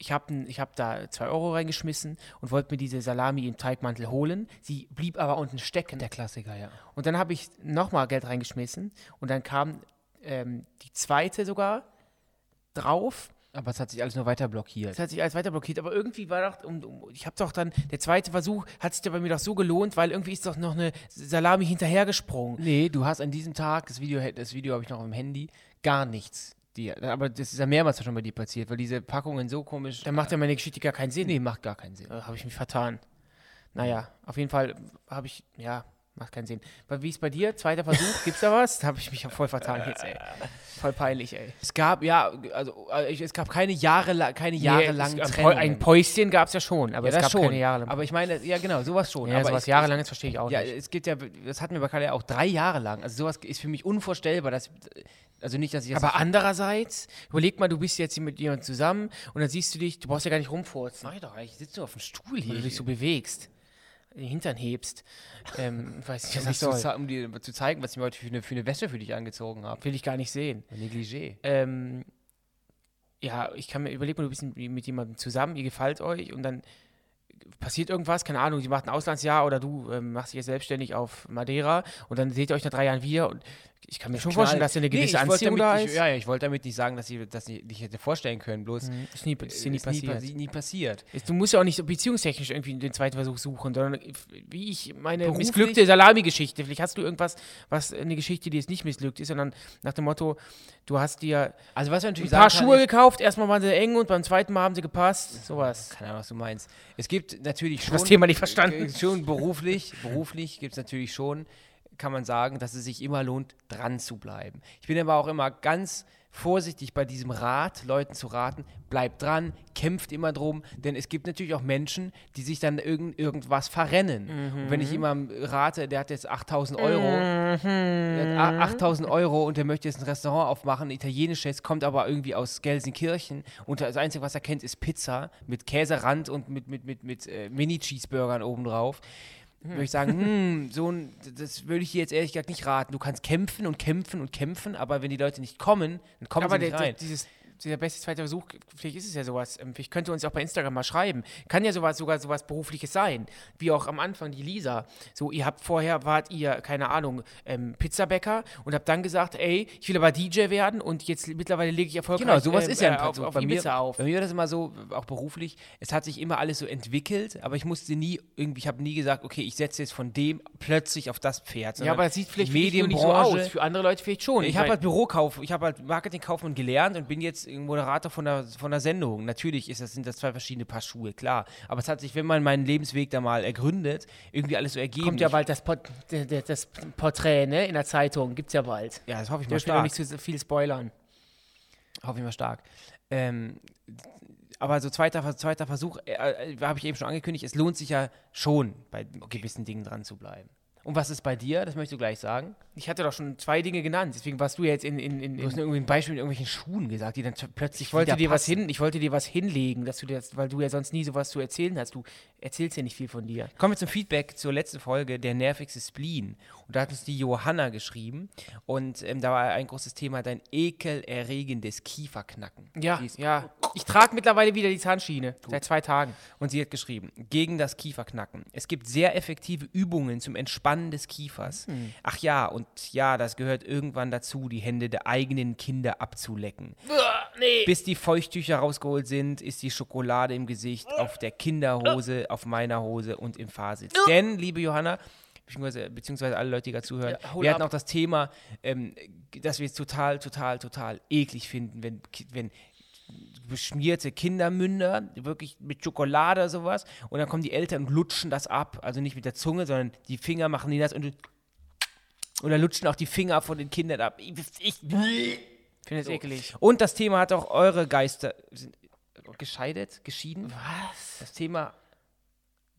Speaker 2: ich habe ich hab da zwei Euro reingeschmissen und wollte mir diese Salami im Teigmantel holen. Sie blieb aber unten stecken.
Speaker 3: Der Klassiker, ja.
Speaker 2: Und dann habe ich nochmal Geld reingeschmissen und dann kam ähm, die zweite sogar drauf
Speaker 3: Aber es hat sich alles nur weiter blockiert.
Speaker 2: das hat sich alles weiter blockiert, aber irgendwie war doch, um, um, ich habe doch dann, der zweite Versuch hat sich da bei mir doch so gelohnt, weil irgendwie ist doch noch eine Salami hinterhergesprungen.
Speaker 3: Nee, du hast an diesem Tag, das Video, das Video habe ich noch im Handy, gar nichts. Die, aber das ist ja mehrmals schon bei dir passiert, weil diese Packungen so komisch.
Speaker 2: Dann macht ja meine Geschichte gar keinen Sinn.
Speaker 3: nee, macht gar keinen Sinn.
Speaker 2: Äh, habe ich mich vertan. Naja, auf jeden Fall habe ich, ja, macht keinen Sinn. Aber wie ist bei dir? Zweiter
Speaker 3: (laughs)
Speaker 2: Versuch, gibt's da was? Da habe ich mich ja voll vertan jetzt, ey. Voll peinlich, ey.
Speaker 3: Es gab, ja, also äh, ich- es gab keine Jahre, keine jahrelangen
Speaker 2: Nee, es- ein Pol-
Speaker 3: Trennungen.
Speaker 2: Ein Päuschen gab es ja schon, aber
Speaker 3: ja,
Speaker 2: es
Speaker 3: das
Speaker 2: gab
Speaker 3: schon.
Speaker 2: keine Jahre lang.
Speaker 3: aber ich meine, ja genau, sowas schon.
Speaker 2: ja,
Speaker 3: aber
Speaker 2: sowas
Speaker 3: ich,
Speaker 2: jahrelanges verstehe ich auch
Speaker 3: Ja,
Speaker 2: nicht.
Speaker 3: es gibt ja, das hatten wir bei Kalle auch drei Jahre lang. Also sowas ist für mich unvorstellbar, dass, also nicht, dass ich das
Speaker 2: Aber andererseits, überleg mal, du bist jetzt hier mit jemandem zusammen und dann siehst du dich, du brauchst ja gar nicht rumfurzen,
Speaker 3: mach ich doch, ich sitze nur auf dem Stuhl
Speaker 2: weil
Speaker 3: hier.
Speaker 2: du dich so bewegst, den Hintern hebst. Ähm, weiß nicht, was
Speaker 3: um, dich
Speaker 2: ich
Speaker 3: zu,
Speaker 2: soll.
Speaker 3: ze- um dir zu zeigen, was ich mir heute für eine, für eine Wäsche für dich angezogen habe. Äh,
Speaker 2: Will ich gar nicht sehen.
Speaker 3: Negligé.
Speaker 2: Ähm, ja, ich kann mir überlegen, du bist mit jemandem zusammen, ihr gefällt euch und dann passiert irgendwas, keine Ahnung, sie macht ein Auslandsjahr oder du ähm, machst dich jetzt selbstständig auf Madeira und dann seht ihr euch nach drei Jahren wieder und Ich kann mir schon vorstellen, dass ihr eine gewisse Anziehung da ist.
Speaker 3: Ich, ja, ja, ich wollte damit nicht sagen, dass ich das nicht, nicht hätte vorstellen können, bloß äh,
Speaker 2: Mhm. Ist nie, ist dir nie
Speaker 3: ist nie
Speaker 2: passiert.
Speaker 3: passi- nie passiert.
Speaker 2: Ist- Du musst ja auch nicht so beziehungstechnisch irgendwie den zweiten Versuch suchen, sondern wie ich meine
Speaker 3: Beruflich-
Speaker 2: missglückte Salami-Geschichte. Vielleicht hast du irgendwas, was eine Geschichte, die es nicht missglückt ist, sondern nach dem Motto, du hast dir
Speaker 3: Also was wir natürlich
Speaker 2: ein paar
Speaker 3: sagen
Speaker 2: Schuhe
Speaker 3: kann,
Speaker 2: gekauft, erstmal waren sie eng und beim zweiten Mal haben sie gepasst. Sowas.
Speaker 3: ist, keine Ahnung, was du meinst. Es gibt natürlich schon
Speaker 2: Das Thema nicht verstanden.
Speaker 3: äh, schon beruflich, beruflich gibt es natürlich schon, kann man sagen, dass es sich immer lohnt, dran zu bleiben. Ich bin aber auch immer ganz vorsichtig bei diesem Rat, Leuten zu raten, bleibt dran, kämpft immer drum, denn es gibt natürlich auch Menschen, die sich dann irgend, irgendwas verrennen. Und
Speaker 2: Mhm.
Speaker 3: wenn ich jemandem rate, der hat jetzt 8000 Euro, der
Speaker 2: Äh.
Speaker 3: hat a- 8000 Euro und der möchte jetzt ein Restaurant aufmachen, ein italienisches, kommt aber irgendwie aus Gelsenkirchen und das Einzige, was er kennt, ist Pizza mit Käserand und mit, mit, mit, mit äh, Mini-Cheeseburgern obendrauf. Würde ich sagen, hm, so ein, das würde ich dir jetzt ehrlich gesagt nicht raten. Du kannst kämpfen und kämpfen und kämpfen, aber wenn die Leute nicht kommen, dann kommen
Speaker 2: Aber
Speaker 3: sie
Speaker 2: der,
Speaker 3: nicht
Speaker 2: der,
Speaker 3: rein.
Speaker 2: dieses, dieser beste zweite Versuch, vielleicht ist es ja sowas. ähm, Vielleicht könnt ihr uns auch bei Instagram mal schreiben. Kann ja sowas sogar sowas Berufliches sein. Wie auch am Anfang die Lisa. So, ihr habt vorher, wart ihr, keine Ahnung, ähm, Pizzabäcker und habt dann gesagt, ey, ich will aber DJ werden und jetzt mittlerweile lege ich erfolgreich
Speaker 3: Genau, sowas
Speaker 2: ähm,
Speaker 3: ist ja
Speaker 2: äh,
Speaker 3: ein
Speaker 2: auf,
Speaker 3: Prinzip.
Speaker 2: auf
Speaker 3: bei,
Speaker 2: Ibiza
Speaker 3: mir,
Speaker 2: auf.
Speaker 3: bei mir war das immer so, auch beruflich, es hat sich immer alles so entwickelt, aber ich musste nie, irgendwie, ich habe nie gesagt, okay, ich setze jetzt von dem plötzlich auf das Pferd.
Speaker 2: Ja,
Speaker 3: sondern
Speaker 2: aber es sieht vielleicht für dich nur nicht so
Speaker 3: Medienbranche.
Speaker 2: aus. Für andere Leute vielleicht schon.
Speaker 3: Ich habe
Speaker 2: mein-
Speaker 3: halt Bürokauf, ich habe halt Marketingkaufmann gelernt und bin jetzt Moderator von der, von der Sendung. Natürlich ist das, sind das zwei verschiedene Paar Schuhe, klar. Aber es hat sich, wenn man meinen Lebensweg da mal ergründet, irgendwie alles so ergeben.
Speaker 2: Kommt ja
Speaker 3: Ich-
Speaker 2: bald das, Port der- der- das Porträt, ne? In der Zeitung. Gibt's ja bald.
Speaker 3: ja, das hoffe ich
Speaker 2: Ich
Speaker 3: mal
Speaker 2: möchte noch
Speaker 3: stark.
Speaker 2: nicht zu viel spoilern.
Speaker 3: Hoffe ich mal stark. Ähm, aber so zweiter, Vers- zweiter Versuch, äh, äh, habe ich eben schon angekündigt, es lohnt sich ja schon, bei gewissen Dingen dran zu bleiben. Und was ist bei dir? Das möchtest du gleich sagen.
Speaker 2: Ich hatte doch schon zwei Dinge genannt, deswegen warst du ja jetzt in. in, in,
Speaker 3: Du hast
Speaker 2: in
Speaker 3: nur irgendwie ein Beispiel mit irgendwelchen Schuhen gesagt, die dann t- plötzlich
Speaker 2: ich wollte
Speaker 3: wieder
Speaker 2: dir was
Speaker 3: passen.
Speaker 2: hin, ich wollte dir was hinlegen, dass du dir das, weil du ja sonst nie sowas zu erzählen hast. Du erzählst ja nicht viel von dir.
Speaker 3: Kommen wir zum Feedback zur letzten Folge, der nervigste Spleen. Und da hat uns die Johanna geschrieben. Und ähm, da war ein großes Thema, dein ekelerregendes Kieferknacken.
Speaker 2: Ja,
Speaker 3: Die ist-
Speaker 2: ja. Ich trage mittlerweile wieder die Zahnschiene seit zwei Tagen.
Speaker 3: Und sie hat geschrieben, gegen das Kieferknacken. Es gibt sehr effektive Übungen zum Entspannen des Kiefers. Ach ja, und ja, das gehört irgendwann dazu, die Hände der eigenen Kinder abzulecken. Bis die Feuchttücher rausgeholt sind, ist die Schokolade im Gesicht, auf der Kinderhose, auf meiner Hose und im Fahrsitz. Denn, liebe Johanna, beziehungsweise, beziehungsweise alle Leute, die gerade zuhören,
Speaker 2: Ja, hol
Speaker 3: wir hatten
Speaker 2: ab.
Speaker 3: auch das Thema, ähm, dass wir es total, total, total eklig finden, wenn, Ki- wenn beschmierte Kindermünder, wirklich mit Schokolade oder sowas. Und dann kommen die Eltern und lutschen das ab. Also nicht mit der Zunge, sondern die Finger machen die das und oder lutschen auch die Finger von den Kindern ab. Ich, ich,
Speaker 2: Ich finde das ekelig.
Speaker 3: und das Thema hat auch eure Geister sind gescheidet, geschieden.
Speaker 2: Was?
Speaker 3: Das Thema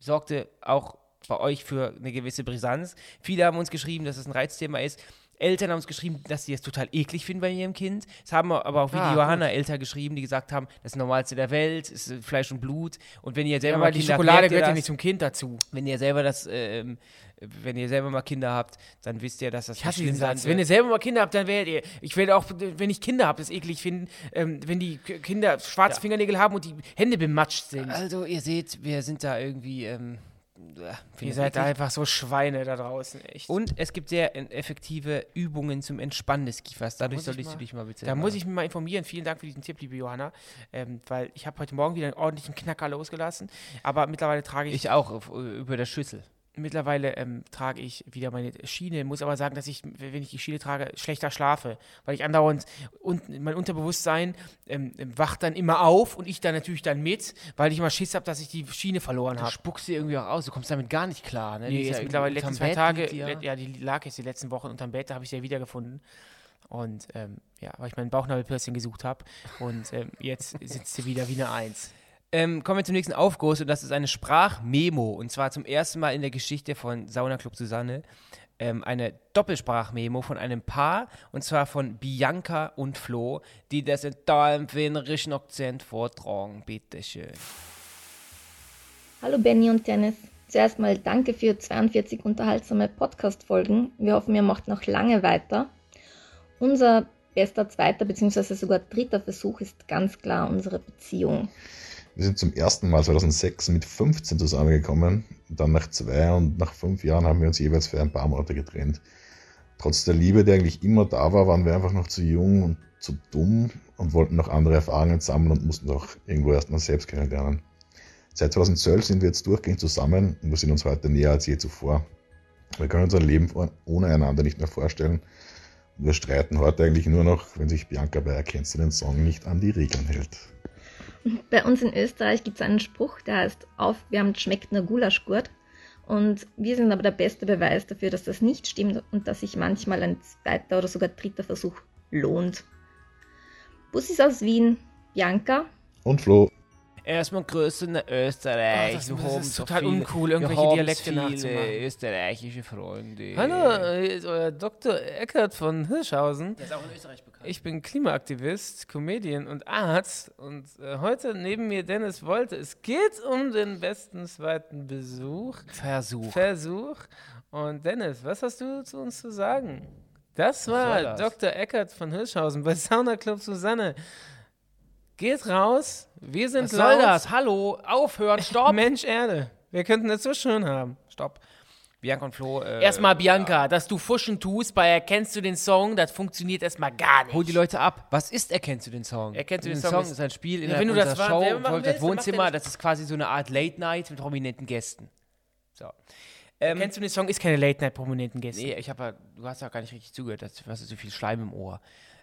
Speaker 3: sorgte auch bei euch für eine gewisse Brisanz. Viele haben uns geschrieben, dass es ein Reizthema ist. Eltern haben uns geschrieben, dass sie es total eklig finden bei ihrem Kind. Es haben aber auch wie
Speaker 2: Ah,
Speaker 3: die Johanna Eltern geschrieben, die gesagt haben, das ist das Normalste der Welt, es ist Fleisch und Blut. Und wenn ihr selber
Speaker 2: aber
Speaker 3: mal
Speaker 2: die
Speaker 3: Kinder habt,
Speaker 2: Schokolade
Speaker 3: merkt ihr
Speaker 2: gehört ja
Speaker 3: das.
Speaker 2: nicht zum Kind dazu.
Speaker 3: Wenn ihr selber das, ähm, wenn ihr selber mal Kinder habt, dann wisst ihr, dass das
Speaker 2: Ich hasse
Speaker 3: nicht
Speaker 2: diesen
Speaker 3: schlimm sein
Speaker 2: Satz.
Speaker 3: wird.
Speaker 2: Wenn ihr selber mal Kinder habt, dann werdet ihr. Ich werde auch, wenn ich Kinder habe, das eklig finden, ähm, wenn die K- Kinder schwarze
Speaker 3: Ja.
Speaker 2: Fingernägel haben und die Hände bematscht sind.
Speaker 3: Also ihr seht, wir sind da irgendwie. Ähm, äh,
Speaker 2: Ihr
Speaker 3: findet
Speaker 2: seid
Speaker 3: eklig.
Speaker 2: einfach so Schweine da draußen, echt.
Speaker 3: Und es gibt sehr en- effektive Übungen zum Entspannen des Kiefers. Dadurch
Speaker 2: muss ich
Speaker 3: solltest du
Speaker 2: mal-
Speaker 3: dich mal bitte.
Speaker 2: Da muss ich mich mal informieren. Vielen Dank für diesen Tipp, liebe Johanna. Ähm, weil ich habe heute Morgen wieder einen ordentlichen Knacker losgelassen. Aber mittlerweile trage ich, äh,
Speaker 3: Ich auch, auf, über der Schüssel.
Speaker 2: mittlerweile ähm, trage ich wieder meine Schiene. Muss aber sagen, dass ich, wenn ich die Schiene trage, schlechter schlafe. Weil ich andauernd und mein Unterbewusstsein ähm, ähm, wacht dann immer auf und ich dann natürlich dann mit, weil ich immer Schiss habe, dass ich die Schiene verloren
Speaker 3: Du
Speaker 2: habe.
Speaker 3: spuckst dir irgendwie auch aus, du kommst damit gar nicht klar. Ne? Die
Speaker 2: Nee,
Speaker 3: ist
Speaker 2: jetzt
Speaker 3: ja
Speaker 2: mittlerweile
Speaker 3: irgendwie
Speaker 2: letzten
Speaker 3: unterm
Speaker 2: zwei
Speaker 3: Bett
Speaker 2: Tage,
Speaker 3: liegt die ja.
Speaker 2: le- ja, die lag jetzt die letzten Wochen unterm Bett, da habe ich sie ja wiedergefunden. Und ähm, ja, weil ich meinen Bauchnabelpiercing gesucht habe. Und ähm, jetzt sitzt sie wieder wie eine Eins.
Speaker 3: Ähm, kommen wir zum nächsten Aufguss und das ist eine Sprachmemo. Und zwar zum ersten Mal in der Geschichte von Sauna Club Susanne. Ähm, eine Doppelsprachmemo von einem Paar und zwar von Bianca und Flo, die das in deinem finnerischen Akzent vortragen. Bitteschön.
Speaker 5: Hallo Benny und Dennis. Zuerst mal danke für 42 unterhaltsame Podcast-Folgen. Wir hoffen, ihr macht noch lange weiter. Unser bester zweiter bzw. sogar dritter Versuch ist ganz klar unsere Beziehung.
Speaker 6: Wir sind zum ersten Mal 2006 mit 15 zusammengekommen, dann nach zwei und nach fünf Jahren haben wir uns jeweils für ein paar Monate getrennt. trotz der Liebe, die eigentlich immer da war, waren wir einfach noch zu jung und zu dumm und wollten noch andere Erfahrungen sammeln und mussten auch irgendwo erstmal selbst kennenlernen. Seit 2012 sind wir jetzt durchgehend zusammen und wir sind uns heute näher als je zuvor. Wir können uns ein Leben ohne einander nicht mehr vorstellen. Und wir streiten heute eigentlich nur noch, wenn sich Bianca bei Erkennst du den Song nicht an die Regeln hält.
Speaker 5: Bei uns in Österreich gibt es einen Spruch, der heißt, aufwärmt schmeckt nur Gulaschgurt. Und wir sind aber der beste Beweis dafür, dass das nicht stimmt und dass sich manchmal ein zweiter oder sogar dritter Versuch lohnt. Bussis aus Wien, Bianca.
Speaker 6: Und Flo,
Speaker 3: Erstmal Grüße nach Österreich.
Speaker 2: Ah, das-
Speaker 3: Wir
Speaker 2: das
Speaker 3: haben
Speaker 2: ist
Speaker 3: so
Speaker 2: total
Speaker 3: viele-
Speaker 2: uncool,
Speaker 3: wir
Speaker 2: irgendwelche
Speaker 3: haben
Speaker 2: Dialekte
Speaker 3: viele
Speaker 2: nachzumachen.
Speaker 3: österreichische Freunde.
Speaker 2: Hallo, hier ist euer Dr. Eckert von Hirschhausen.
Speaker 3: Der ist auch in Österreich bekannt.
Speaker 2: Ich bin Klimaaktivist, Comedian und
Speaker 3: ah,
Speaker 2: Arzt und äh, heute neben mir Dennis Wolte. Es geht um den besten zweiten Besuch,
Speaker 3: Versuch.
Speaker 2: Versuch. Und Dennis, was hast du zu uns zu sagen? Das
Speaker 3: war
Speaker 2: war
Speaker 3: das?
Speaker 2: Dr. Eckert von Hirschhausen bei Sauna Club Susanne. Geht raus, wir sind
Speaker 3: Was soll
Speaker 2: laut.
Speaker 3: das? Hallo, aufhören, stopp.
Speaker 2: (laughs) Mensch Erde, wir könnten das so schön haben.
Speaker 3: stopp. Bianca und Flo. Äh,
Speaker 2: Erstmal Bianca, dass du Fuschen tust, bei Erkennst du den Song, das funktioniert erstmal gar nicht.
Speaker 3: Hol die Leute ab. Was ist Erkennst du den Song?
Speaker 2: Erkennst du den
Speaker 3: den
Speaker 2: Song ist-
Speaker 3: ist ein Spiel in
Speaker 2: Ja, wenn du das
Speaker 3: unserer
Speaker 2: wa-
Speaker 3: Show.
Speaker 2: selber
Speaker 3: im
Speaker 2: machen
Speaker 3: Volk-
Speaker 2: willst,
Speaker 3: das
Speaker 2: dann macht ihr
Speaker 3: Wohnzimmer,
Speaker 2: das.
Speaker 3: das ist quasi so eine Art Late Night mit prominenten Gästen. So. Ähm,
Speaker 2: Erkennst du den Song ist keine Late-Night-Prominenten Gäste.
Speaker 3: Nee, ich habe ja, du hast ja gar nicht richtig zugehört, das hast du so viel Schleim im Ohr.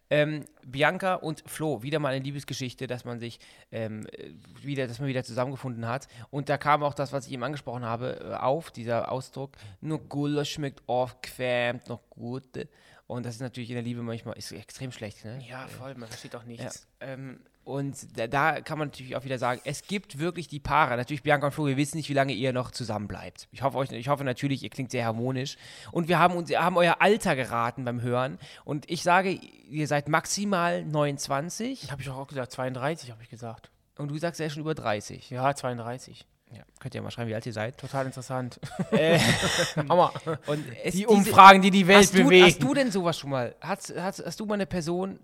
Speaker 3: Ähm, Bianca und Flo, wieder mal eine Liebesgeschichte, dass man sich ähm, äh, wieder, dass man wieder zusammengefunden hat. Und da kam auch das, was ich eben angesprochen habe, äh, auf, dieser Ausdruck, nur Gulasch schmeckt oft, quämt noch gute. Und das ist natürlich in der Liebe manchmal ist extrem schlecht, ne?
Speaker 2: Ja, voll, man versteht auch
Speaker 3: Ja,
Speaker 2: nichts.
Speaker 3: ähm, und da, da kann man natürlich auch wieder sagen, es gibt wirklich die Paare. Natürlich, Bianca und Flo, wir wissen nicht, wie lange ihr noch zusammen bleibt. Ich hoffe, euch, ich hoffe natürlich, ihr klingt sehr harmonisch. Und wir haben, uns, haben euer Alter geraten beim Hören. Und ich sage, ihr seid maximal 29
Speaker 2: Habe ich auch gesagt, 32 habe ich gesagt.
Speaker 3: und du sagst, ihr seid schon über 30.
Speaker 2: Ja, 32.
Speaker 3: Ja, könnt ihr mal schreiben, wie alt ihr seid.
Speaker 2: Total interessant.
Speaker 3: (laughs)
Speaker 2: Äh, (laughs) Hammer.
Speaker 3: Und es,
Speaker 2: Die
Speaker 3: diese-
Speaker 2: Umfragen, die die Welt
Speaker 3: hast du,
Speaker 2: bewegen.
Speaker 3: hast du denn sowas schon mal? Hast, hast, hast du mal eine Person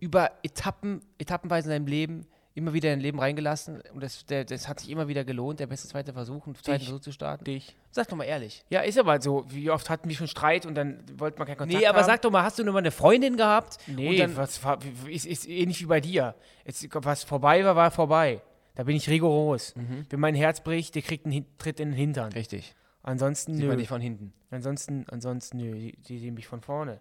Speaker 3: über Etappen, etappenweise in deinem Leben immer wieder in dein Leben reingelassen? Und das, der, das hat sich immer wieder gelohnt, der beste zweite Versuch, einen zweiten
Speaker 2: Dich.
Speaker 3: Versuch zu starten?
Speaker 2: Dich.
Speaker 3: Sag doch mal ehrlich.
Speaker 2: Ja, ist aber so. Wie oft hatten wir schon Streit und dann wollte man keinen Kontakt
Speaker 3: Nee, aber
Speaker 2: haben.
Speaker 3: sag doch mal, hast du nur mal eine Freundin gehabt?
Speaker 2: Nee,
Speaker 3: Und dann,
Speaker 2: was, war- ist, ist ähnlich wie bei dir. Jetzt, was vorbei war, war vorbei. Da bin ich rigoros. Wenn mein Herz bricht, der kriegt einen Hin- Tritt in den Hintern.
Speaker 3: Mhm. richtig.
Speaker 2: Ansonsten
Speaker 3: Sieht
Speaker 2: nö.
Speaker 3: man nicht von hinten.
Speaker 2: Ansonsten, ansonsten nö. Die, die sehen mich von vorne.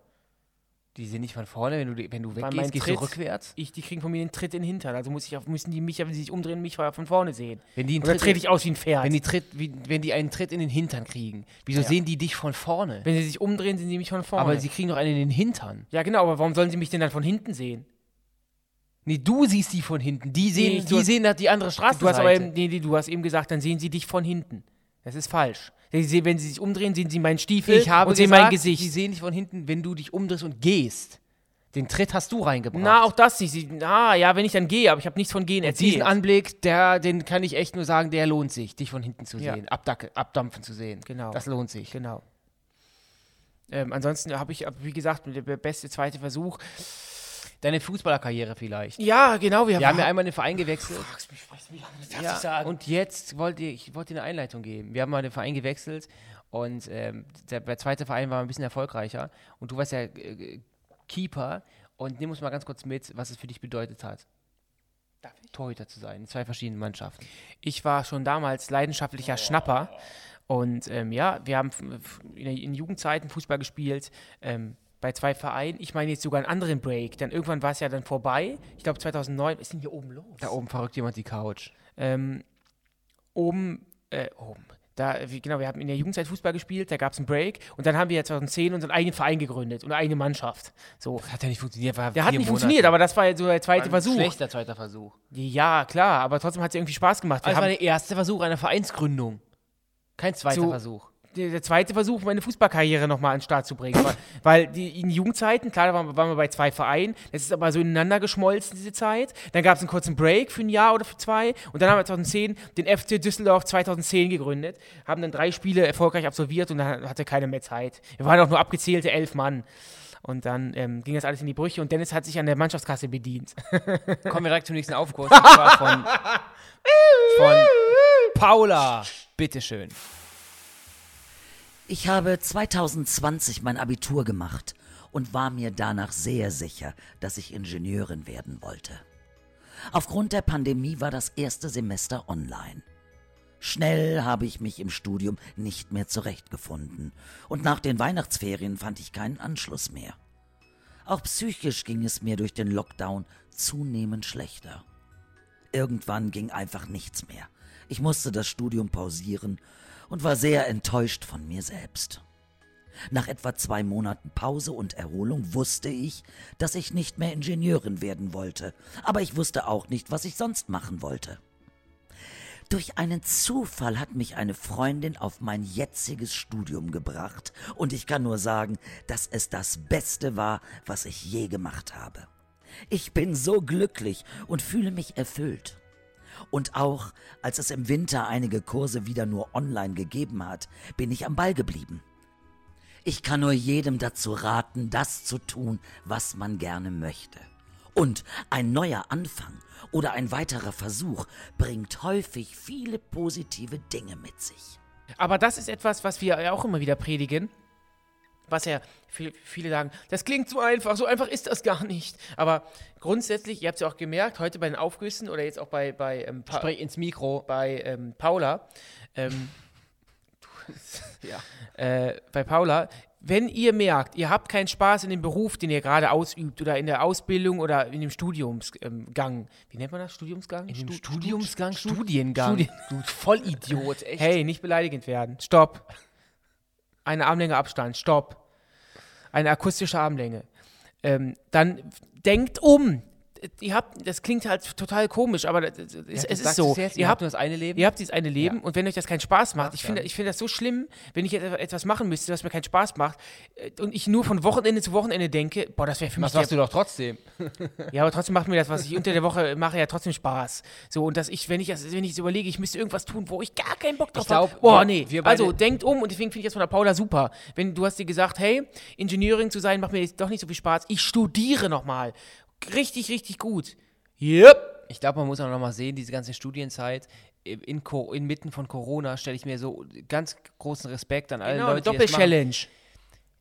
Speaker 3: Die sind nicht von vorne, wenn du, wenn du
Speaker 2: mein
Speaker 3: weggehst, gehst du
Speaker 2: Tritt-
Speaker 3: rückwärts.
Speaker 2: Ich, die kriegen von mir den Tritt in den Hintern. Also muss ich, auf- müssen die mich, wenn sie sich umdrehen, mich von vorne sehen.
Speaker 3: Wenn die einen
Speaker 2: Oder
Speaker 3: Tritt,
Speaker 2: trete ich aus wie ein Pferd.
Speaker 3: wenn die Tritt wie, wenn die einen Tritt in den Hintern kriegen, wieso sehen die dich von vorne?
Speaker 2: Wenn sie sich umdrehen, sehen sie mich von vorne.
Speaker 3: Aber sie kriegen doch einen in den Hintern.
Speaker 2: ja, genau, aber warum sollen sie mich denn dann von hinten sehen?
Speaker 3: Nee, du siehst die von hinten. Die sehen,
Speaker 2: ich- du
Speaker 3: die
Speaker 2: hast-
Speaker 3: sehen da die andere Straßenseite.
Speaker 2: Du hast, aber eben, nee, nee, du hast eben gesagt, dann sehen sie dich von hinten. Das ist falsch. Sie sehen- Wenn sie sich umdrehen, sehen sie meinen Stiefel
Speaker 3: ich habe
Speaker 2: und sehen
Speaker 3: gesagt,
Speaker 2: mein
Speaker 3: die
Speaker 2: Gesicht.
Speaker 3: sehen dich von hinten, wenn du dich umdrehst und gehst. Den Tritt hast du reingebracht.
Speaker 2: Na, auch das nicht. Sie, na, ja, wenn ich dann gehe, aber ich habe nichts von gehen erzählt.
Speaker 3: Diesen Anblick, der, den kann ich echt nur sagen, der lohnt sich, dich von hinten zu
Speaker 2: Ja.
Speaker 3: sehen, abdack, abdampfen zu sehen.
Speaker 2: Genau.
Speaker 3: Das lohnt sich.
Speaker 2: Genau. Ähm, ansonsten habe ich, hab, wie gesagt, der beste zweite Versuch.
Speaker 3: Deine Fußballerkarriere vielleicht.
Speaker 2: Ja, genau, wir,
Speaker 3: Wir haben ja einmal den Verein gewechselt.
Speaker 2: Fragst mich, fragst mich, was darf
Speaker 3: Ja,
Speaker 2: ich sagen?
Speaker 3: Und jetzt wollte ich, ich wollte dir eine Einleitung geben. Wir haben mal den Verein gewechselt und ähm, der, der zweite Verein war ein bisschen erfolgreicher. Und du warst ja äh, Keeper. Und nimm uns mal ganz kurz mit, was es für dich bedeutet hat,
Speaker 2: Darf ich?
Speaker 3: Torhüter zu sein in zwei verschiedenen Mannschaften.
Speaker 2: ich war schon damals leidenschaftlicher Schnapper. Und ähm, ja, wir haben f- f- in, der- in Jugendzeiten Fußball gespielt. Ähm, bei zwei Vereinen. Ich meine jetzt sogar einen anderen Break. Dann irgendwann war es ja dann vorbei. Ich glaube 2009. Was ist denn hier oben los?
Speaker 3: Da oben verrückt jemand die Couch.
Speaker 2: Ähm, oben, äh, oben. Da, äh, wie, genau, wir haben in der Jugendzeit Fußball gespielt, da gab es einen Break und dann haben wir 2010 unseren eigenen Verein gegründet und eine eigene Mannschaft. So.
Speaker 3: Hat ja nicht funktioniert. War
Speaker 2: Der hat nicht funktioniert, aber das war ja so der zweite
Speaker 3: zweiter
Speaker 2: Versuch.
Speaker 3: Versuch. Schlechter zweiter Versuch.
Speaker 2: Ja, klar, aber trotzdem hat es irgendwie Spaß gemacht. Wir
Speaker 3: Das war
Speaker 2: haben,
Speaker 3: der erste Versuch einer Vereinsgründung. Kein zweiter
Speaker 2: So-
Speaker 3: Versuch.
Speaker 2: der, der zweite Versuch, meine Fußballkarriere nochmal an den Start zu bringen. weil weil die, in Jugendzeiten, klar, da waren, wir- waren wir bei zwei Vereinen, das ist aber so ineinander geschmolzen, diese Zeit. Dann gab es einen kurzen Break für ein Jahr oder für zwei und dann haben wir 2010 den FC Düsseldorf 2010 gegründet, haben dann drei Spiele erfolgreich absolviert und dann hatte keiner mehr Zeit. Wir waren auch nur abgezählte elf Mann. Und dann ähm, ging das alles in die Brüche und Dennis hat sich an der Mannschaftskasse bedient.
Speaker 3: (laughs) Kommen wir direkt zum
Speaker 2: (laughs)
Speaker 3: nächsten Aufkurs. Und zwar von, von Paula. Bitteschön.
Speaker 4: Ich habe 2020 mein Abitur gemacht und war mir danach sehr sicher, dass ich Ingenieurin werden wollte. Aufgrund der Pandemie war das erste Semester online. Schnell habe ich mich im Studium nicht mehr zurechtgefunden und nach den Weihnachtsferien fand ich keinen Anschluss mehr. Auch psychisch ging es mir durch den Lockdown zunehmend schlechter. Irgendwann ging einfach nichts mehr. Ich musste das Studium pausieren und war sehr enttäuscht von mir selbst. Nach etwa zwei Monaten Pause und Erholung wusste ich, dass ich nicht mehr Ingenieurin werden wollte, aber ich wusste auch nicht, was ich sonst machen wollte. Durch einen Zufall hat mich eine Freundin auf mein jetziges Studium gebracht und ich kann nur sagen, dass es das Beste war, was ich je gemacht habe. Ich bin so glücklich und fühle mich erfüllt. Und auch als es im Winter einige Kurse wieder nur online gegeben hat, bin ich am Ball geblieben. Ich kann nur jedem dazu raten, das zu tun, was man gerne möchte. Und ein neuer Anfang oder ein weiterer Versuch bringt häufig viele positive Dinge mit sich.
Speaker 2: Aber das ist etwas, was wir ja auch immer wieder predigen. Was ja viel, viele sagen, das klingt so einfach, so einfach ist das gar nicht. Aber grundsätzlich, ihr habt es ja auch gemerkt, heute bei den Aufgüssen oder jetzt auch bei, bei ähm, Pa-
Speaker 3: Sprich ins Mikro.
Speaker 2: bei ähm, Paula, ähm,
Speaker 3: (laughs) Ja.
Speaker 2: äh, bei Paula, wenn ihr merkt, ihr habt keinen Spaß in dem Beruf, den ihr gerade ausübt oder in der Ausbildung oder in dem Studiumsgang, wie nennt man das? Studiumsgang?
Speaker 3: Im
Speaker 2: Stu-
Speaker 3: Studiumsgang,
Speaker 2: Stu- Studiengang.
Speaker 3: Studien, du Vollidiot, echt.
Speaker 2: Hey, nicht beleidigend werden. Stopp. Eine Armlänge Abstand. Stopp. Eine akustische Armlänge. Ähm, dann denkt um. Ihr habt, das klingt halt total komisch, aber das, das,
Speaker 3: Ja,
Speaker 2: es,
Speaker 3: du
Speaker 2: es ist
Speaker 3: sagst
Speaker 2: so.
Speaker 3: es Jetzt,
Speaker 2: ihr habt
Speaker 3: nur das eine Leben.
Speaker 2: Ihr habt dieses eine Leben
Speaker 3: Ja.
Speaker 2: und wenn euch das keinen Spaß macht, ich
Speaker 3: ja.
Speaker 2: finde ich finde das so schlimm, wenn ich et- etwas machen müsste, was mir keinen Spaß macht äh, und ich nur von Wochenende zu Wochenende denke, boah, das wäre für mich
Speaker 3: Was machst du
Speaker 2: der,
Speaker 3: doch trotzdem?
Speaker 2: Ja, aber trotzdem macht mir das, was ich unter der Woche mache, ja trotzdem Spaß. So und dass ich, wenn ich das, wenn ich es überlege, ich müsste irgendwas tun, wo ich gar keinen Bock drauf habe.
Speaker 3: glaub,
Speaker 2: Boah,
Speaker 3: wir-
Speaker 2: nee.
Speaker 3: wir beide-
Speaker 2: also denkt um und deswegen finde ich das von der Paula super. Wenn du hast dir gesagt, hey, Ingenieurin zu sein macht mir jetzt doch nicht so viel Spaß, ich studiere nochmal. Richtig, richtig gut. Yep.
Speaker 3: Ich glaube, man muss auch nochmal sehen, diese ganze Studienzeit äh, in Co inmitten von Corona stelle ich mir so ganz großen Respekt an alle
Speaker 2: Genau, eine
Speaker 3: Äh, Leute, die das machen.
Speaker 2: Doppelchallenge.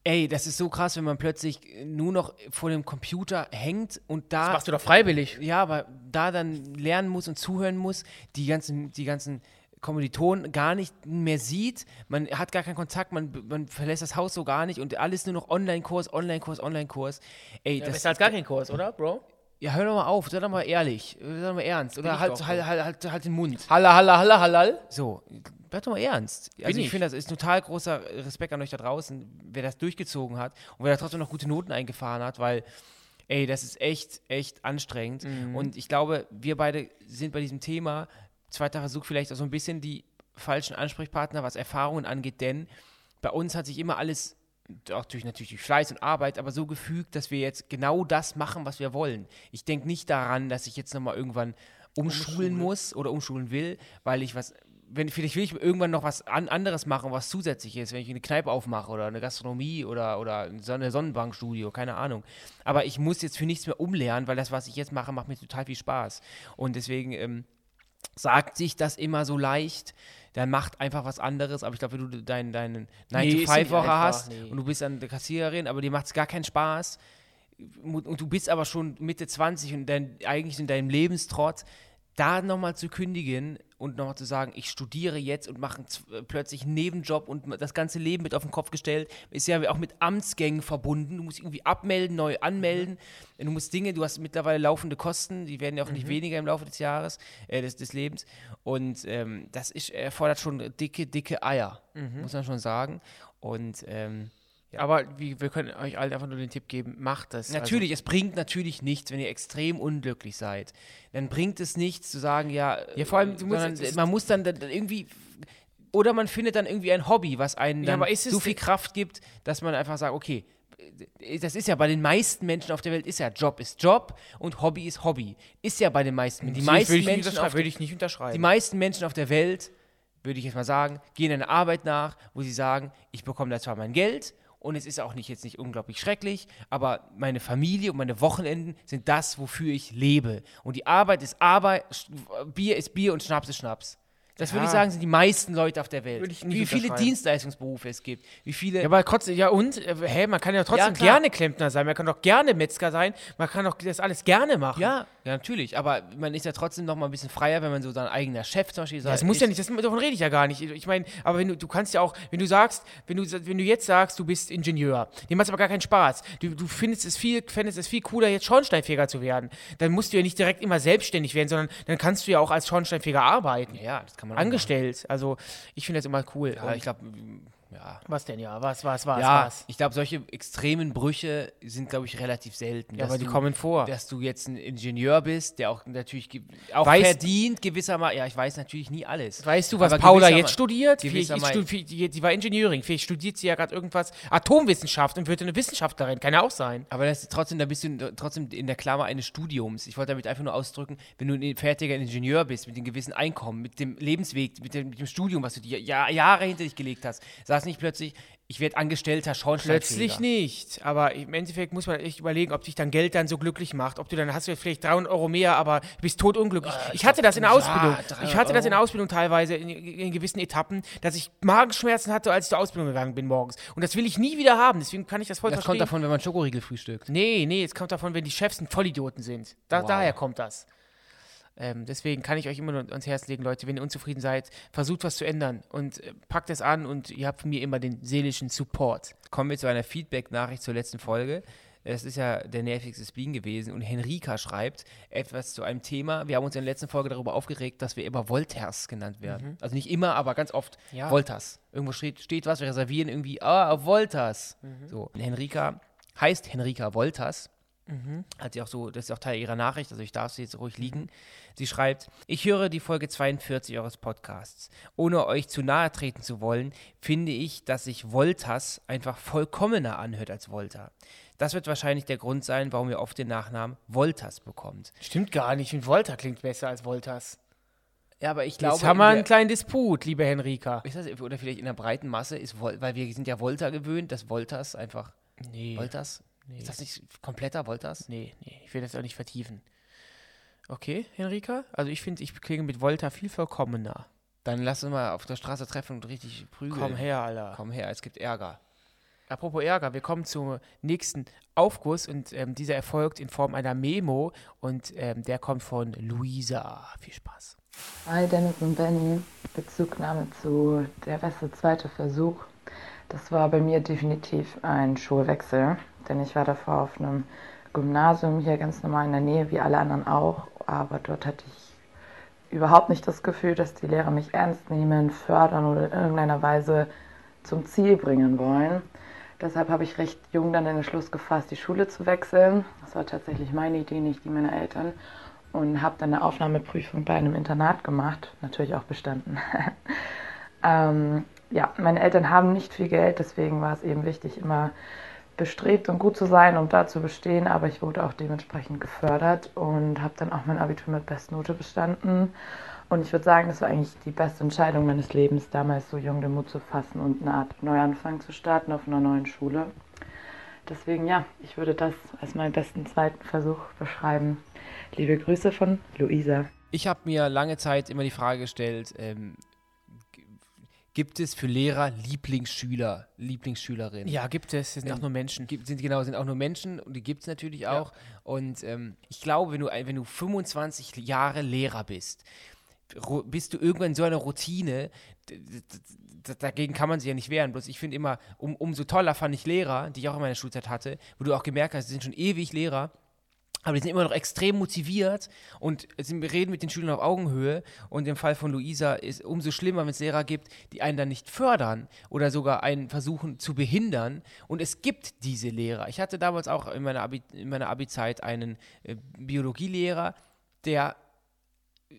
Speaker 3: Ey, das ist so krass, wenn man plötzlich äh, nur noch vor dem Computer hängt und da.
Speaker 2: Das machst du doch freiwillig.
Speaker 3: Ja, aber da dann lernen muss und zuhören muss, die ganzen, die ganzen Kommilitonen gar nicht mehr sieht, man hat gar keinen Kontakt, man, man verlässt das Haus so gar nicht und alles nur noch Online-Kurs, Online-Kurs, Online-Kurs. Ey,
Speaker 2: Ja,
Speaker 3: das
Speaker 2: besser als gar kein Kurs, oder, Bro?
Speaker 3: Ja, hör doch mal auf, sei doch mal ehrlich, sei doch mal ernst. Oder
Speaker 2: ich
Speaker 3: halt,
Speaker 2: doch,
Speaker 3: halt, halt, halt, halt den Mund.
Speaker 2: Halla, halla, halla, hallal.
Speaker 3: So, bleib doch mal ernst. also ich,
Speaker 2: ich.
Speaker 3: finde, das ist ein total großer Respekt an euch da draußen, wer das durchgezogen hat und wer da trotzdem noch gute Noten eingefahren hat, weil, ey, das ist echt, echt anstrengend. Und ich glaube, wir beide sind bei diesem Thema, zweiter Versuch vielleicht auch so ein bisschen die falschen Ansprechpartner, was Erfahrungen angeht, denn bei uns hat sich immer alles auch durch natürlich durch Fleiß und Arbeit, aber so gefügt, dass wir jetzt genau das machen, was wir wollen. Ich denke nicht daran, dass ich jetzt nochmal irgendwann umschulen muss oder umschulen will, weil ich was, wenn vielleicht will ich irgendwann noch was an, anderes machen, was zusätzlich ist, wenn ich eine Kneipe aufmache oder eine Gastronomie oder, oder so eine Sonnenbankstudio, keine Ahnung. Aber ich muss jetzt für nichts mehr umlernen, weil das, was ich jetzt mache, macht mir total viel Spaß. Und deswegen, ähm, sagt sich das immer so leicht, dann macht einfach was anderes. Aber ich glaube, wenn du deinen deinen
Speaker 2: Nee, ist nicht
Speaker 3: 9-to-5-Woche
Speaker 2: einfach,
Speaker 3: hast
Speaker 2: nee.
Speaker 3: und du bist dann eine Kassiererin, aber dir macht es gar keinen Spaß mu- und du bist aber schon Mitte 20 und dann eigentlich in deinem Lebenstrott, da nochmal zu kündigen und nochmal zu sagen, ich studiere jetzt und mache einen z- äh, plötzlich einen Nebenjob und m- das ganze Leben wird auf den Kopf gestellt, ist ja auch mit Amtsgängen verbunden. Du musst irgendwie abmelden, neu anmelden.
Speaker 2: Mhm.
Speaker 3: Du musst Dinge, du hast mittlerweile laufende Kosten, die werden ja auch nicht weniger im Laufe des Jahres, äh, des, des Lebens. Und ähm, das ist, erfordert schon dicke, dicke Eier, muss man schon sagen. Und ähm,
Speaker 2: Mhm. Aber wie, wir können euch allen einfach nur den Tipp geben, macht das. also
Speaker 3: Natürlich, es bringt natürlich nichts, wenn ihr extrem unglücklich seid. Dann bringt es nichts zu sagen, ja,
Speaker 2: Ja, vor allem, du musst-
Speaker 3: sondern
Speaker 2: es-
Speaker 3: man muss dann, dann dann irgendwie oder man findet dann irgendwie ein Hobby, was einen
Speaker 2: Ja,
Speaker 3: dann
Speaker 2: aber ist es
Speaker 3: so viel
Speaker 2: denn-
Speaker 3: Kraft gibt, dass man einfach sagt, okay, das ist ja bei den meisten Menschen auf der Welt ist ja Job ist Job und Hobby ist Hobby. Ist ja bei den meisten, die
Speaker 2: die
Speaker 3: meisten
Speaker 2: meisten
Speaker 3: Menschen auf,
Speaker 2: würde ich nicht unterschreiben.
Speaker 3: die meisten Menschen auf der Welt, würde ich jetzt mal sagen, gehen einer Arbeit nach, wo sie sagen, ich bekomme da zwar mein Geld und es ist auch nicht jetzt nicht unglaublich schrecklich, aber meine Familie und meine Wochenenden sind das, wofür ich lebe. Und die Arbeit ist Arbeit, Sch- Bier ist Bier und Schnaps ist Schnaps. Das
Speaker 2: Ja.
Speaker 3: würde ich sagen, sind die meisten Leute auf der Welt.
Speaker 2: Würde ich nicht
Speaker 3: wie viele
Speaker 2: unterschreiben.
Speaker 3: Dienstleistungsberufe es gibt. Wie viele.
Speaker 2: Ja, aber trotzdem, ja und? Äh, Hä, man kann ja trotzdem
Speaker 3: klar.
Speaker 2: gerne Klempner sein, man kann doch gerne Metzger sein, man kann doch das alles gerne machen.
Speaker 3: ja, ja, natürlich. Aber man ist ja trotzdem noch mal ein bisschen freier, wenn man so sein eigener Chef zum Beispiel sagt.
Speaker 2: Das muss
Speaker 3: ich-
Speaker 2: ja nicht, das, davon rede ich ja gar nicht. Ich meine, aber wenn du, du kannst ja auch, wenn du sagst, wenn du, wenn du jetzt sagst, du bist Ingenieur, dem macht es aber gar keinen Spaß. Du, du findest es viel, fändest es viel cooler, jetzt Schornsteinfeger zu werden. Dann musst du ja nicht direkt immer selbstständig werden, sondern dann kannst du ja auch als Schornsteinfeger arbeiten.
Speaker 3: Ja, das kann man auch
Speaker 2: Angestellt. Also, ich finde das immer cool.
Speaker 3: machen. Ja,
Speaker 2: Und-
Speaker 3: ich glaube, ja.
Speaker 2: was denn ja? Was, was, was,
Speaker 3: ja,
Speaker 2: was?
Speaker 3: ich glaube, solche extremen Brüche sind, glaube ich, relativ selten.
Speaker 2: Ja,
Speaker 3: dass
Speaker 2: aber die
Speaker 3: du-
Speaker 2: kommen vor.
Speaker 3: Dass du jetzt ein Ingenieur bist, der auch natürlich ge- auch
Speaker 2: Weißt-
Speaker 3: verdient gewissermaßen. Ja, ich weiß natürlich nie alles.
Speaker 2: Weißt du, was
Speaker 3: Aber
Speaker 2: Paula
Speaker 3: gewisserma-
Speaker 2: jetzt studiert? Vielleicht
Speaker 3: gewisserma-
Speaker 2: ist stu- vielleicht- die, die war Ingenieurin. Vielleicht studiert sie ja gerade irgendwas Atomwissenschaft und wird eine Wissenschaftlerin. Kann ja auch sein.
Speaker 3: Aber das ist trotzdem, da bist du in- trotzdem in der Klammer eines Studiums. Ich wollte damit einfach nur ausdrücken, wenn du ein fertiger Ingenieur bist, mit dem gewissen Einkommen, mit dem Lebensweg, mit dem, mit dem Studium, was du dir ja, Jahre hinter dich gelegt hast, sagst nicht plötzlich, ich werde angestellter Schornsteinfeger.
Speaker 2: Plötzlich nicht. Aber im Endeffekt muss man echt überlegen, ob dich dann Geld dann so glücklich macht. Ob du dann hast du jetzt vielleicht 300 Euro mehr, aber du bist totunglücklich. ich hatte das in der
Speaker 3: ja,
Speaker 2: Ausbildung.
Speaker 3: 300
Speaker 2: ich hatte das in der
Speaker 3: Euro.
Speaker 2: Ausbildung teilweise in, in gewissen Etappen, dass ich Magenschmerzen hatte, als ich zur Ausbildung gegangen bin morgens. Und das will ich nie wieder haben. Deswegen kann ich das voll
Speaker 3: Das kommt
Speaker 2: verstehen.
Speaker 3: davon, wenn man Schokoriegel frühstückt.
Speaker 2: Nee, nee, es kommt davon, wenn die Chefs ein Vollidioten sind. Da,
Speaker 3: Wow.
Speaker 2: Daher kommt das. Ähm, deswegen kann ich euch immer nur ans Herz legen, Leute, wenn ihr unzufrieden seid, versucht was zu ändern und äh, packt es an und ihr habt von mir immer den seelischen Support.
Speaker 3: Kommen wir zu einer Feedback-Nachricht zur letzten Folge. Es ist ja der nervigste Spleen gewesen und Henrika schreibt etwas zu einem Thema. Wir haben uns in der letzten Folge darüber aufgeregt, dass wir immer Volters genannt werden. Also nicht immer, aber ganz oft
Speaker 2: Ja.
Speaker 3: Volters. Irgendwo steht, steht was, wir reservieren irgendwie, ah, Volters. So, und Henrika heißt Henrika Volters. Hat sie auch so, das ist auch Teil ihrer Nachricht, also ich darf sie jetzt
Speaker 2: Mhm.
Speaker 3: ruhig liegen. Sie schreibt, ich höre die Folge 42 eures Podcasts. Ohne euch zu nahe treten zu wollen, finde ich, dass sich Voltas einfach vollkommener anhört als Volta. Das wird wahrscheinlich der Grund sein, warum ihr oft den Nachnamen Voltas bekommt.
Speaker 2: Stimmt gar nicht. Ein Volta klingt besser als Voltas.
Speaker 3: Ja, aber ich
Speaker 2: Jetzt haben wir einen kleinen Disput, liebe Henrika.
Speaker 3: ist das, oder vielleicht in der breiten Masse ist Vol weil wir sind ja Volta gewöhnt, dass Voltas einfach
Speaker 2: Nee.
Speaker 3: Voltas. Ist das nicht kompletter Voltas?
Speaker 2: Nee, nee, ich will das auch nicht vertiefen. Okay, Henrika? Also ich finde, ich klinge mit Volta viel vollkommener.
Speaker 3: Dann lass uns mal auf der Straße treffen und richtig prügeln.
Speaker 2: Komm her, Alter.
Speaker 3: Komm her, es gibt Ärger.
Speaker 2: Apropos Ärger, wir kommen zum nächsten Aufguss und ähm, dieser erfolgt in Form einer Memo und ähm, der kommt von Luisa. Viel Spaß.
Speaker 7: Hi Dennis und Benny, Bezugnahme zu der beste zweite Versuch. Das war bei mir definitiv ein Schulwechsel, denn ich war davor auf einem Gymnasium hier ganz normal in der Nähe, wie alle anderen auch, aber dort hatte ich überhaupt nicht das Gefühl, dass die Lehrer mich ernst nehmen, fördern oder in irgendeiner Weise zum Ziel bringen wollen. Deshalb habe ich recht jung dann den Entschluss gefasst, die Schule zu wechseln. Das war tatsächlich meine Idee, nicht die meiner Eltern. Und habe dann eine Aufnahmeprüfung bei einem Internat gemacht, natürlich auch bestanden. (laughs) ähm, ja, meine Eltern haben nicht viel Geld, deswegen war es eben wichtig, immer bestrebt und gut zu sein, um da zu bestehen. Aber ich wurde auch dementsprechend gefördert und habe dann auch mein Abitur mit Bestnote bestanden. Und ich würde sagen, das war eigentlich die beste Entscheidung meines Lebens, damals so jung den Mut zu fassen und eine Art Neuanfang zu starten auf einer neuen Schule. Deswegen ja, ich würde das als meinen besten zweiten Versuch beschreiben. Liebe Grüße von Luisa.
Speaker 3: Ich habe mir lange Zeit immer die Frage gestellt, ähm, g- gibt es für Lehrer Lieblingsschüler, Lieblingsschülerinnen? Ähm,
Speaker 2: Ja, gibt es. Es sind auch nur Menschen.
Speaker 3: Gibt, sind genau, sind auch nur Menschen und die gibt es natürlich auch. Und ähm, ich glaube, wenn du, ein- wenn du 25 Jahre Lehrer bist, ru- bist du irgendwann in so einer Routine, d- d- d- dagegen kann man sich ja nicht wehren. Bloß ich finde immer, um, umso toller fand ich Lehrer, die ich auch in meiner Schulzeit hatte, wo du auch gemerkt hast, die sind schon ewig Lehrer. Aber die sind immer noch extrem motiviert und sind, reden mit den Schülern auf Augenhöhe. Und im Fall von Luisa ist umso schlimmer, wenn es Lehrer gibt, die einen dann nicht fördern oder sogar einen versuchen zu behindern. Und es gibt diese Lehrer. Ich hatte damals auch in meiner Abi- in meiner Abi-Zeit einen äh, Biologielehrer, der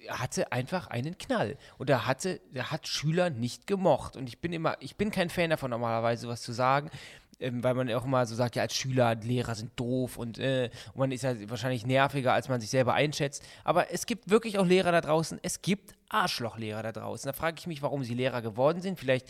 Speaker 3: hatte einfach einen Knall und er hatte, er hat Schüler nicht gemocht und ich bin immer, ich bin kein Fan davon normalerweise sowas zu sagen, ähm, weil man ja auch immer so sagt, ja als Schüler, Lehrer sind doof und, äh, und man ist ja wahrscheinlich nerviger, als man sich selber einschätzt, aber es gibt wirklich auch Lehrer da draußen, es gibt Arschlochlehrer da draußen, da frage ich mich, warum sie Lehrer geworden sind, vielleicht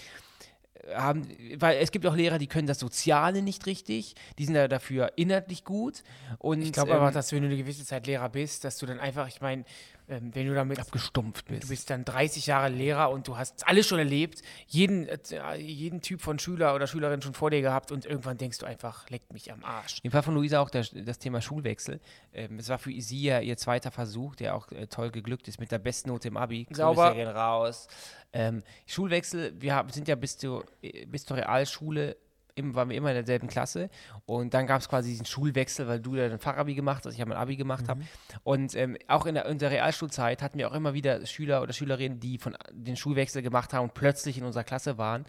Speaker 3: haben, weil es gibt auch Lehrer, die können das Soziale nicht richtig, die sind da dafür inhaltlich gut und
Speaker 2: Ich glaube
Speaker 3: ähm,
Speaker 2: aber, dass du, wenn du eine gewisse Zeit Lehrer bist, dass du dann einfach, ich meine, ähm, wenn du damit
Speaker 3: abgestumpft
Speaker 2: Du
Speaker 3: bist.
Speaker 2: bist dann 30 Jahre Lehrer und du hast alles schon erlebt, jeden, äh, jeden Typ von Schüler oder Schülerin schon vor dir gehabt und irgendwann denkst du einfach, leckt mich am Arsch.
Speaker 3: Im Fall von Luisa auch der, das Thema Schulwechsel. Ähm, es war für sie ja ihr zweiter Versuch, der auch äh, toll geglückt ist mit der besten Note im Abi.
Speaker 2: Sauber.
Speaker 3: Grüße gehen raus. Ähm, Schulwechsel, wir hab, sind ja bis zur, äh, bis zur Realschule, im, waren wir immer in derselben Klasse. Und dann gab es quasi diesen Schulwechsel, weil du ja dein Fachabi gemacht hast, ich habe mein Abi gemacht habe. Und ähm, auch in der, in der Realschulzeit hatten wir auch immer wieder Schüler oder Schülerinnen, die von den Schulwechsel gemacht haben und plötzlich in unserer Klasse waren.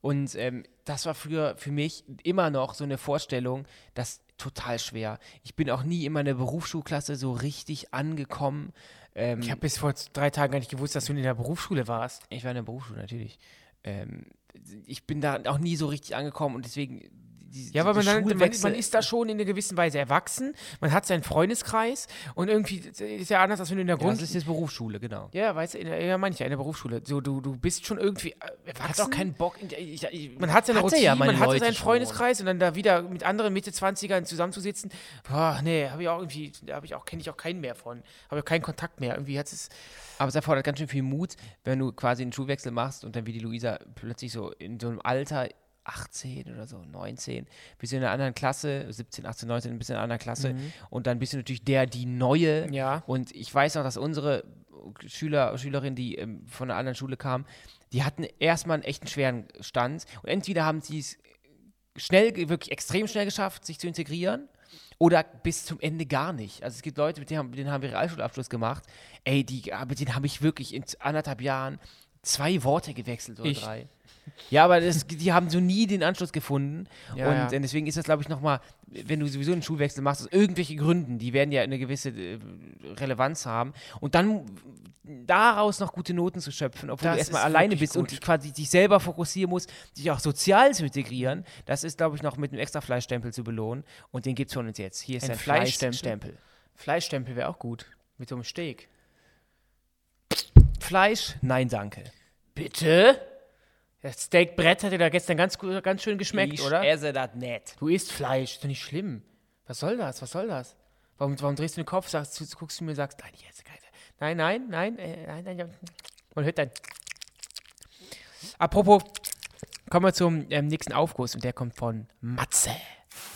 Speaker 3: Und ähm, das war früher für mich immer noch so eine Vorstellung, das total schwer. Ich bin auch nie in meiner Berufsschulklasse so richtig angekommen. Ähm,
Speaker 2: Ich habe bis vor drei Tagen gar nicht gewusst, dass du in der Berufsschule warst.
Speaker 3: ich war in der Berufsschule natürlich. Ähm, ich bin da auch nie so richtig angekommen und deswegen. Die,
Speaker 2: Ja, aber man,
Speaker 3: die
Speaker 2: dann, man,
Speaker 3: Schulwechsel-
Speaker 2: man ist da schon in einer gewissen Weise erwachsen, man hat seinen Freundeskreis und irgendwie ist ja anders, als wenn du in der
Speaker 3: Ja,
Speaker 2: Grund...
Speaker 3: das ist jetzt Berufsschule, genau.
Speaker 2: Ja, weißt du, in der, ja, meine ich ja, in der Berufsschule. So, du, du bist schon irgendwie äh,
Speaker 3: Man
Speaker 2: erwachsen.
Speaker 3: hat auch keinen Bock. in der- ich- ich-
Speaker 2: man hat seine
Speaker 3: hatte
Speaker 2: Routine,
Speaker 3: ja meine
Speaker 2: man hat so
Speaker 3: Leute
Speaker 2: seinen
Speaker 3: schon.
Speaker 2: Freundeskreis und dann da wieder mit anderen Mitte-20ern zusammenzusitzen, boah, nee, habe ich auch irgendwie, da habe ich auch, kenne ich auch keinen mehr von. Habe ich keinen Kontakt mehr. Irgendwie hat es.
Speaker 3: Aber es erfordert ganz schön viel Mut, wenn du quasi einen Schulwechsel machst und dann wie die Luisa plötzlich so in so einem Alter 18 oder so, 19, bist du in einer anderen Klasse, 17, 18, 19, bist du in einer anderen Klasse und dann bist du natürlich der, die Neue.
Speaker 2: Ja.
Speaker 3: Und ich weiß noch, dass unsere Schüler, Schülerinnen, die ähm, von einer anderen Schule kamen, die hatten erstmal einen echten schweren Stand und entweder haben sie es schnell, ge- wirklich extrem schnell geschafft, sich zu integrieren. Oder bis zum Ende gar nicht. Also es gibt Leute, mit denen haben, mit denen haben wir Realschulabschluss gemacht. Ey, die, ah, mit denen habe ich wirklich in anderthalb Jahren zwei Worte gewechselt oder
Speaker 2: Ich.
Speaker 3: drei. Ja, aber das, die haben so nie den Anschluss gefunden.
Speaker 2: Ja,
Speaker 3: und
Speaker 2: ja.
Speaker 3: äh, deswegen ist das, glaube ich, nochmal, wenn du sowieso einen Schulwechsel machst, aus irgendwelchen Gründen, die werden ja eine gewisse äh, Relevanz haben. Und dann daraus noch gute Noten zu schöpfen, obwohl
Speaker 2: Das
Speaker 3: du erstmal
Speaker 2: ist
Speaker 3: alleine
Speaker 2: wirklich
Speaker 3: bist
Speaker 2: gut.
Speaker 3: und dich quasi dich selber fokussieren musst, dich auch sozial zu integrieren, das ist, glaube ich, noch mit einem extra Fleischstempel zu belohnen. Und den gibt es von uns jetzt. Hier ist
Speaker 2: Ein
Speaker 3: ein,
Speaker 2: Fleischstempel?
Speaker 3: Fleischstempel.
Speaker 2: Fleischstempel wäre auch gut. Mit so einem Steak.
Speaker 3: Fleisch? Nein, danke.
Speaker 2: Bitte? Das Steakbrett hat dir da gestern ganz, gut- ganz schön geschmeckt, oder?
Speaker 3: esse das nicht.
Speaker 2: Du isst Fleisch, ist doch nicht schlimm. Was soll das? Was soll das? Warum, warum drehst du den Kopf, sagst, du- guckst du mir und sagst, nein, ich esse keine. Nein, nein, nein, äh, nein, nein, nein. Man hört dann. Apropos, kommen wir zum ähm, nächsten Aufguss und der kommt von Matze.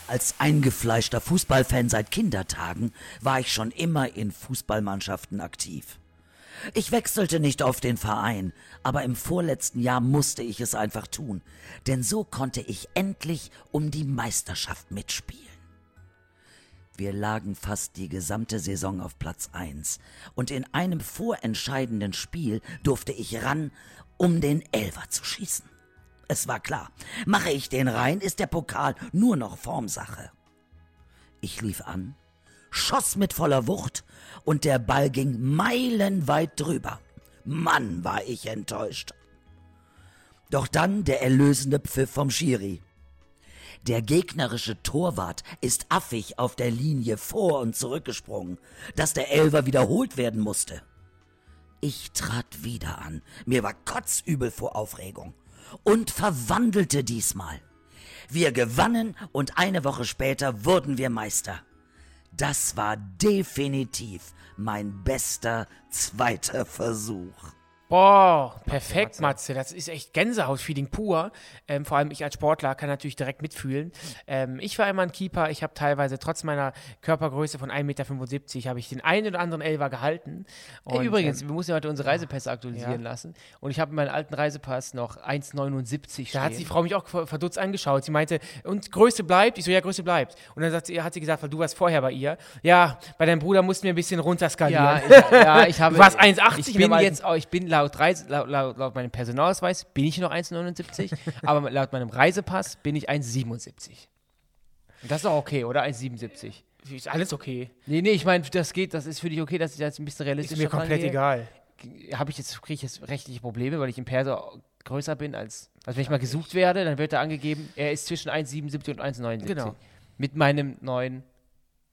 Speaker 1: Als eingefleischter Fußballfan seit Kindertagen war ich schon immer in Fußballmannschaften aktiv. Ich wechselte nicht auf den Verein, aber im vorletzten Jahr musste ich es einfach tun, denn so konnte ich endlich um die Meisterschaft mitspielen. Wir lagen fast die gesamte Saison auf Platz 1 und in einem vorentscheidenden Spiel durfte ich ran, um den Elfer zu schießen. Es war klar, mache ich den rein, ist der Pokal nur noch Formsache. Ich lief an, schoss mit voller Wucht und der Ball ging meilenweit drüber. Mann, war ich enttäuscht. Doch dann der erlösende Pfiff vom Schiri. Der gegnerische Torwart ist affig auf der Linie vor und zurückgesprungen, dass der Elfer wiederholt werden musste. Ich trat wieder an. Mir war kotzübel vor Aufregung. Und verwandelte diesmal. Wir gewannen und eine Woche später wurden wir Meister. Das war definitiv mein bester zweiter Versuch.
Speaker 2: Boah, perfekt, Matze. Das ist echt Gänsehaut-Feeling pur. Ähm, vor allem ich als Sportler kann natürlich direkt mitfühlen. Ähm, ich war einmal ein Keeper. Ich habe teilweise trotz meiner Körpergröße von 1,75 Meter habe ich den einen oder anderen Elfer gehalten. Und,
Speaker 3: Ey, übrigens,
Speaker 2: ähm,
Speaker 3: wir mussten ja heute unsere Reisepässe aktualisieren
Speaker 2: Ja.
Speaker 3: lassen. Und ich habe meinen alten Reisepass noch 1,79 stehen.
Speaker 2: Da hat die Frau mich auch ver- verdutzt angeschaut. Sie meinte, und Größe bleibt? Ich so, ja, Größe bleibt. Und dann sagt sie, hat sie gesagt, weil du warst vorher bei ihr. Ja, bei deinem Bruder mussten wir ein bisschen
Speaker 3: Ja,
Speaker 2: runterskalieren.
Speaker 3: ich,
Speaker 2: (laughs)
Speaker 3: ja, ich habe.
Speaker 2: Du warst 1,80
Speaker 3: Ich
Speaker 2: in dem
Speaker 3: bin
Speaker 2: Alten.
Speaker 3: jetzt, auch- ich bin laut, Reise, laut, laut, laut meinem Personalausweis bin ich
Speaker 2: (laughs)
Speaker 3: noch 1,79, aber laut meinem Reisepass bin ich 1,77. Und Das ist auch okay, oder? 1,77.
Speaker 2: Ist alles okay.
Speaker 3: Nee, nee, ich meine, das geht, das ist für dich okay, dass ich jetzt ein bisschen realistisch
Speaker 2: Ist mir komplett egal.
Speaker 3: Habe ich jetzt, kriege ich jetzt rechtliche Probleme, weil ich im Perso größer bin als. Also wenn ich mal gesucht werde, dann wird da angegeben, er ist zwischen 1,77 und 1,79.
Speaker 2: Genau.
Speaker 3: Mit meinem neuen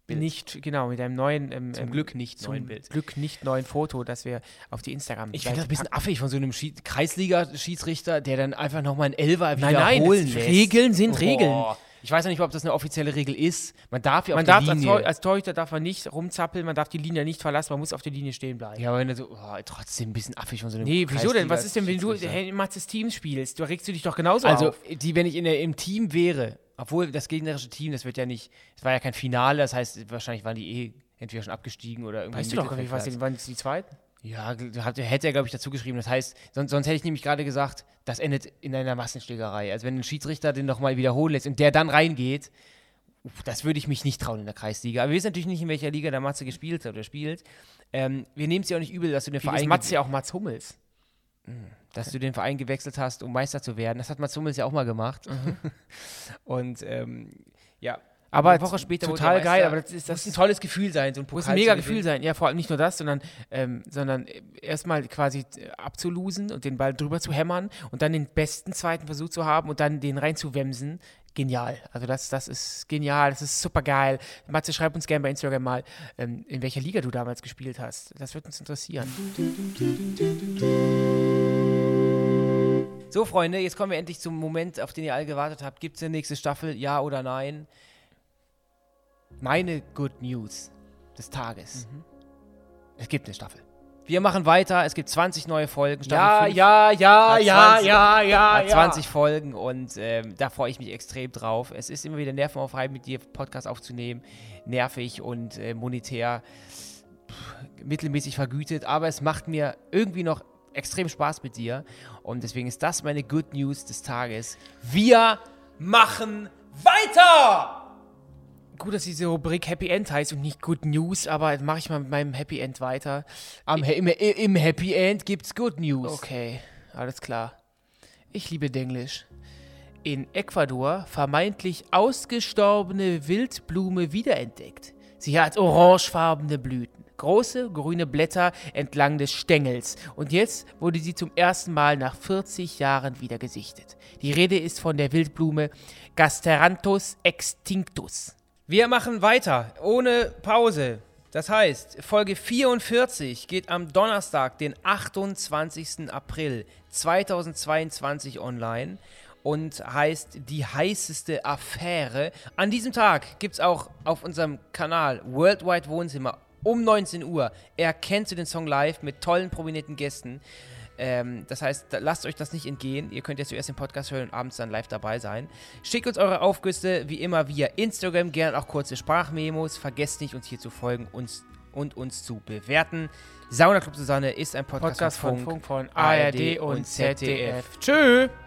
Speaker 3: Bild.
Speaker 2: Nicht, genau, mit deinem neuen, ähm, zum
Speaker 3: Glück nicht
Speaker 2: zum
Speaker 3: neuen Bild.
Speaker 2: Glück nicht neuen Foto, das wir auf die instagram
Speaker 3: Ich finde das ein bisschen affig von so einem Schied Kreisliga-Schiedsrichter, der dann einfach nochmal einen Elfer
Speaker 2: Nein, nein,
Speaker 3: wiederholen
Speaker 2: das-
Speaker 3: lässt. Oh.
Speaker 2: Regeln sind Regeln.
Speaker 3: Ich weiß ja nicht, ob das eine offizielle Regel ist. Man darf ja auf
Speaker 2: Man
Speaker 3: der
Speaker 2: darf als,
Speaker 3: Linie.
Speaker 2: Tor, als Torhüter darf man nicht rumzappeln, man darf die Linie nicht verlassen, man muss auf der Linie stehen bleiben.
Speaker 3: ja, aber wenn du so, oh, trotzdem ein bisschen affig von so einem
Speaker 2: Nee, wieso denn? Was ist denn, wenn du
Speaker 3: Kreisliga-Schiedsrichter?
Speaker 2: hey, Mats des Teams spielst? Du regst du dich doch genauso
Speaker 3: Also,
Speaker 2: auf.
Speaker 3: die, wenn ich in der, im Team wäre, obwohl das gegnerische Team, das wird ja nicht, es war ja kein Finale, das heißt, wahrscheinlich waren die eh entweder schon abgestiegen oder irgendwie.
Speaker 2: Weißt du
Speaker 3: im
Speaker 2: doch gar nicht, was
Speaker 3: Mittelfeldplatz.
Speaker 2: waren jetzt die Zweiten?
Speaker 3: Ja, gl- hat, hätte er, glaube ich, dazu geschrieben. Das heißt, sonst, sonst hätte ich nämlich gerade gesagt, das endet in einer Massenschlägerei. Also wenn ein Schiedsrichter den nochmal wiederholen lässt und der dann reingeht, uff, das würde ich mich nicht trauen in der Kreisliga. Aber wir wissen natürlich nicht, in welcher Liga der Matze gespielt hat oder spielt. Ähm, wir nehmen es ja auch nicht übel, dass du den
Speaker 2: Vielleicht
Speaker 3: Verein Hm,
Speaker 2: ist Mats ja auch Mats Hummels.
Speaker 3: dass du den Verein gewechselt hast, um Meister zu werden. Das hat Mats Hummels ja auch mal gemacht. (laughs) Und ähm, ja,
Speaker 2: Mhm. Aber
Speaker 3: eine Woche später wurde
Speaker 2: total
Speaker 3: er
Speaker 2: geil,
Speaker 3: Meister.
Speaker 2: aber das ist das
Speaker 3: muss ein tolles Gefühl sein, so ein
Speaker 2: muss
Speaker 3: Pokal.
Speaker 2: ein mega
Speaker 3: zu
Speaker 2: Gefühl
Speaker 3: gewinnen.
Speaker 2: sein. Ja, vor allem nicht nur das, sondern, ähm, sondern äh, erstmal quasi äh, abzulosen und den Ball drüber zu hämmern und dann den besten zweiten Versuch zu haben und dann den reinzuwemsen. Genial. Also das, das ist genial, das ist super geil. Matze, schreib uns gerne bei Instagram mal, ähm, in welcher Liga du damals gespielt hast. Das wird uns interessieren.
Speaker 3: So, Freunde, jetzt kommen wir endlich zum Moment, auf den ihr alle gewartet habt. Gibt es eine nächste Staffel? Ja oder nein? Meine Good News des Tages.
Speaker 2: Mhm.
Speaker 3: Es gibt eine Staffel. Wir machen weiter. Es gibt 20 neue Folgen. Staffel fünf
Speaker 2: ja, ja,
Speaker 3: Hat 20
Speaker 2: ja,
Speaker 3: hat 20 Folgen und ähm, da freue ich mich extrem drauf. Es ist immer wieder nervenaufreibend, mit dir Podcast aufzunehmen. Nervig und äh, monetär pff, mittelmäßig vergütet, aber es macht mir irgendwie noch extrem Spaß mit dir. Und deswegen ist das meine Good News des Tages. Wir machen weiter!
Speaker 2: Gut, dass diese Rubrik Happy End heißt und nicht Good News, aber mache ich mal mit meinem Happy End weiter.
Speaker 3: Am, im, Im Happy End gibt's Good News.
Speaker 2: Okay, alles klar. Ich liebe Denglisch. In Ecuador vermeintlich ausgestorbene Wildblume wiederentdeckt. Sie hat orangefarbene Blüten, große grüne Blätter entlang des Stängels und jetzt wurde sie zum ersten Mal nach 40 Jahren wieder gesichtet. Die Rede ist von der Wildblume Gasteranthus extinctus.
Speaker 3: Wir machen weiter, ohne Pause. Das heißt, Folge 44 geht am Donnerstag, den 28. April 2022 online und heißt die heißeste Affäre. An diesem Tag gibt es auch auf unserem Kanal Worldwide Wohnzimmer um 19 Uhr. Erkennst du den Song live mit tollen, prominenten Gästen. Ähm, das heißt, da, lasst euch das nicht entgehen. Ihr könnt jetzt zuerst den Podcast hören und abends dann live dabei sein. Schickt uns eure Aufgüsse wie immer via Instagram, gern auch kurze Sprachmemos. Vergesst nicht, uns hier zu folgen uns, und uns zu bewerten. Sauna Club Susanne ist ein Podcast,
Speaker 2: Podcast von Funk
Speaker 3: Funk,
Speaker 2: von ARD und
Speaker 3: ZDF.
Speaker 2: ZDF. Tschüss.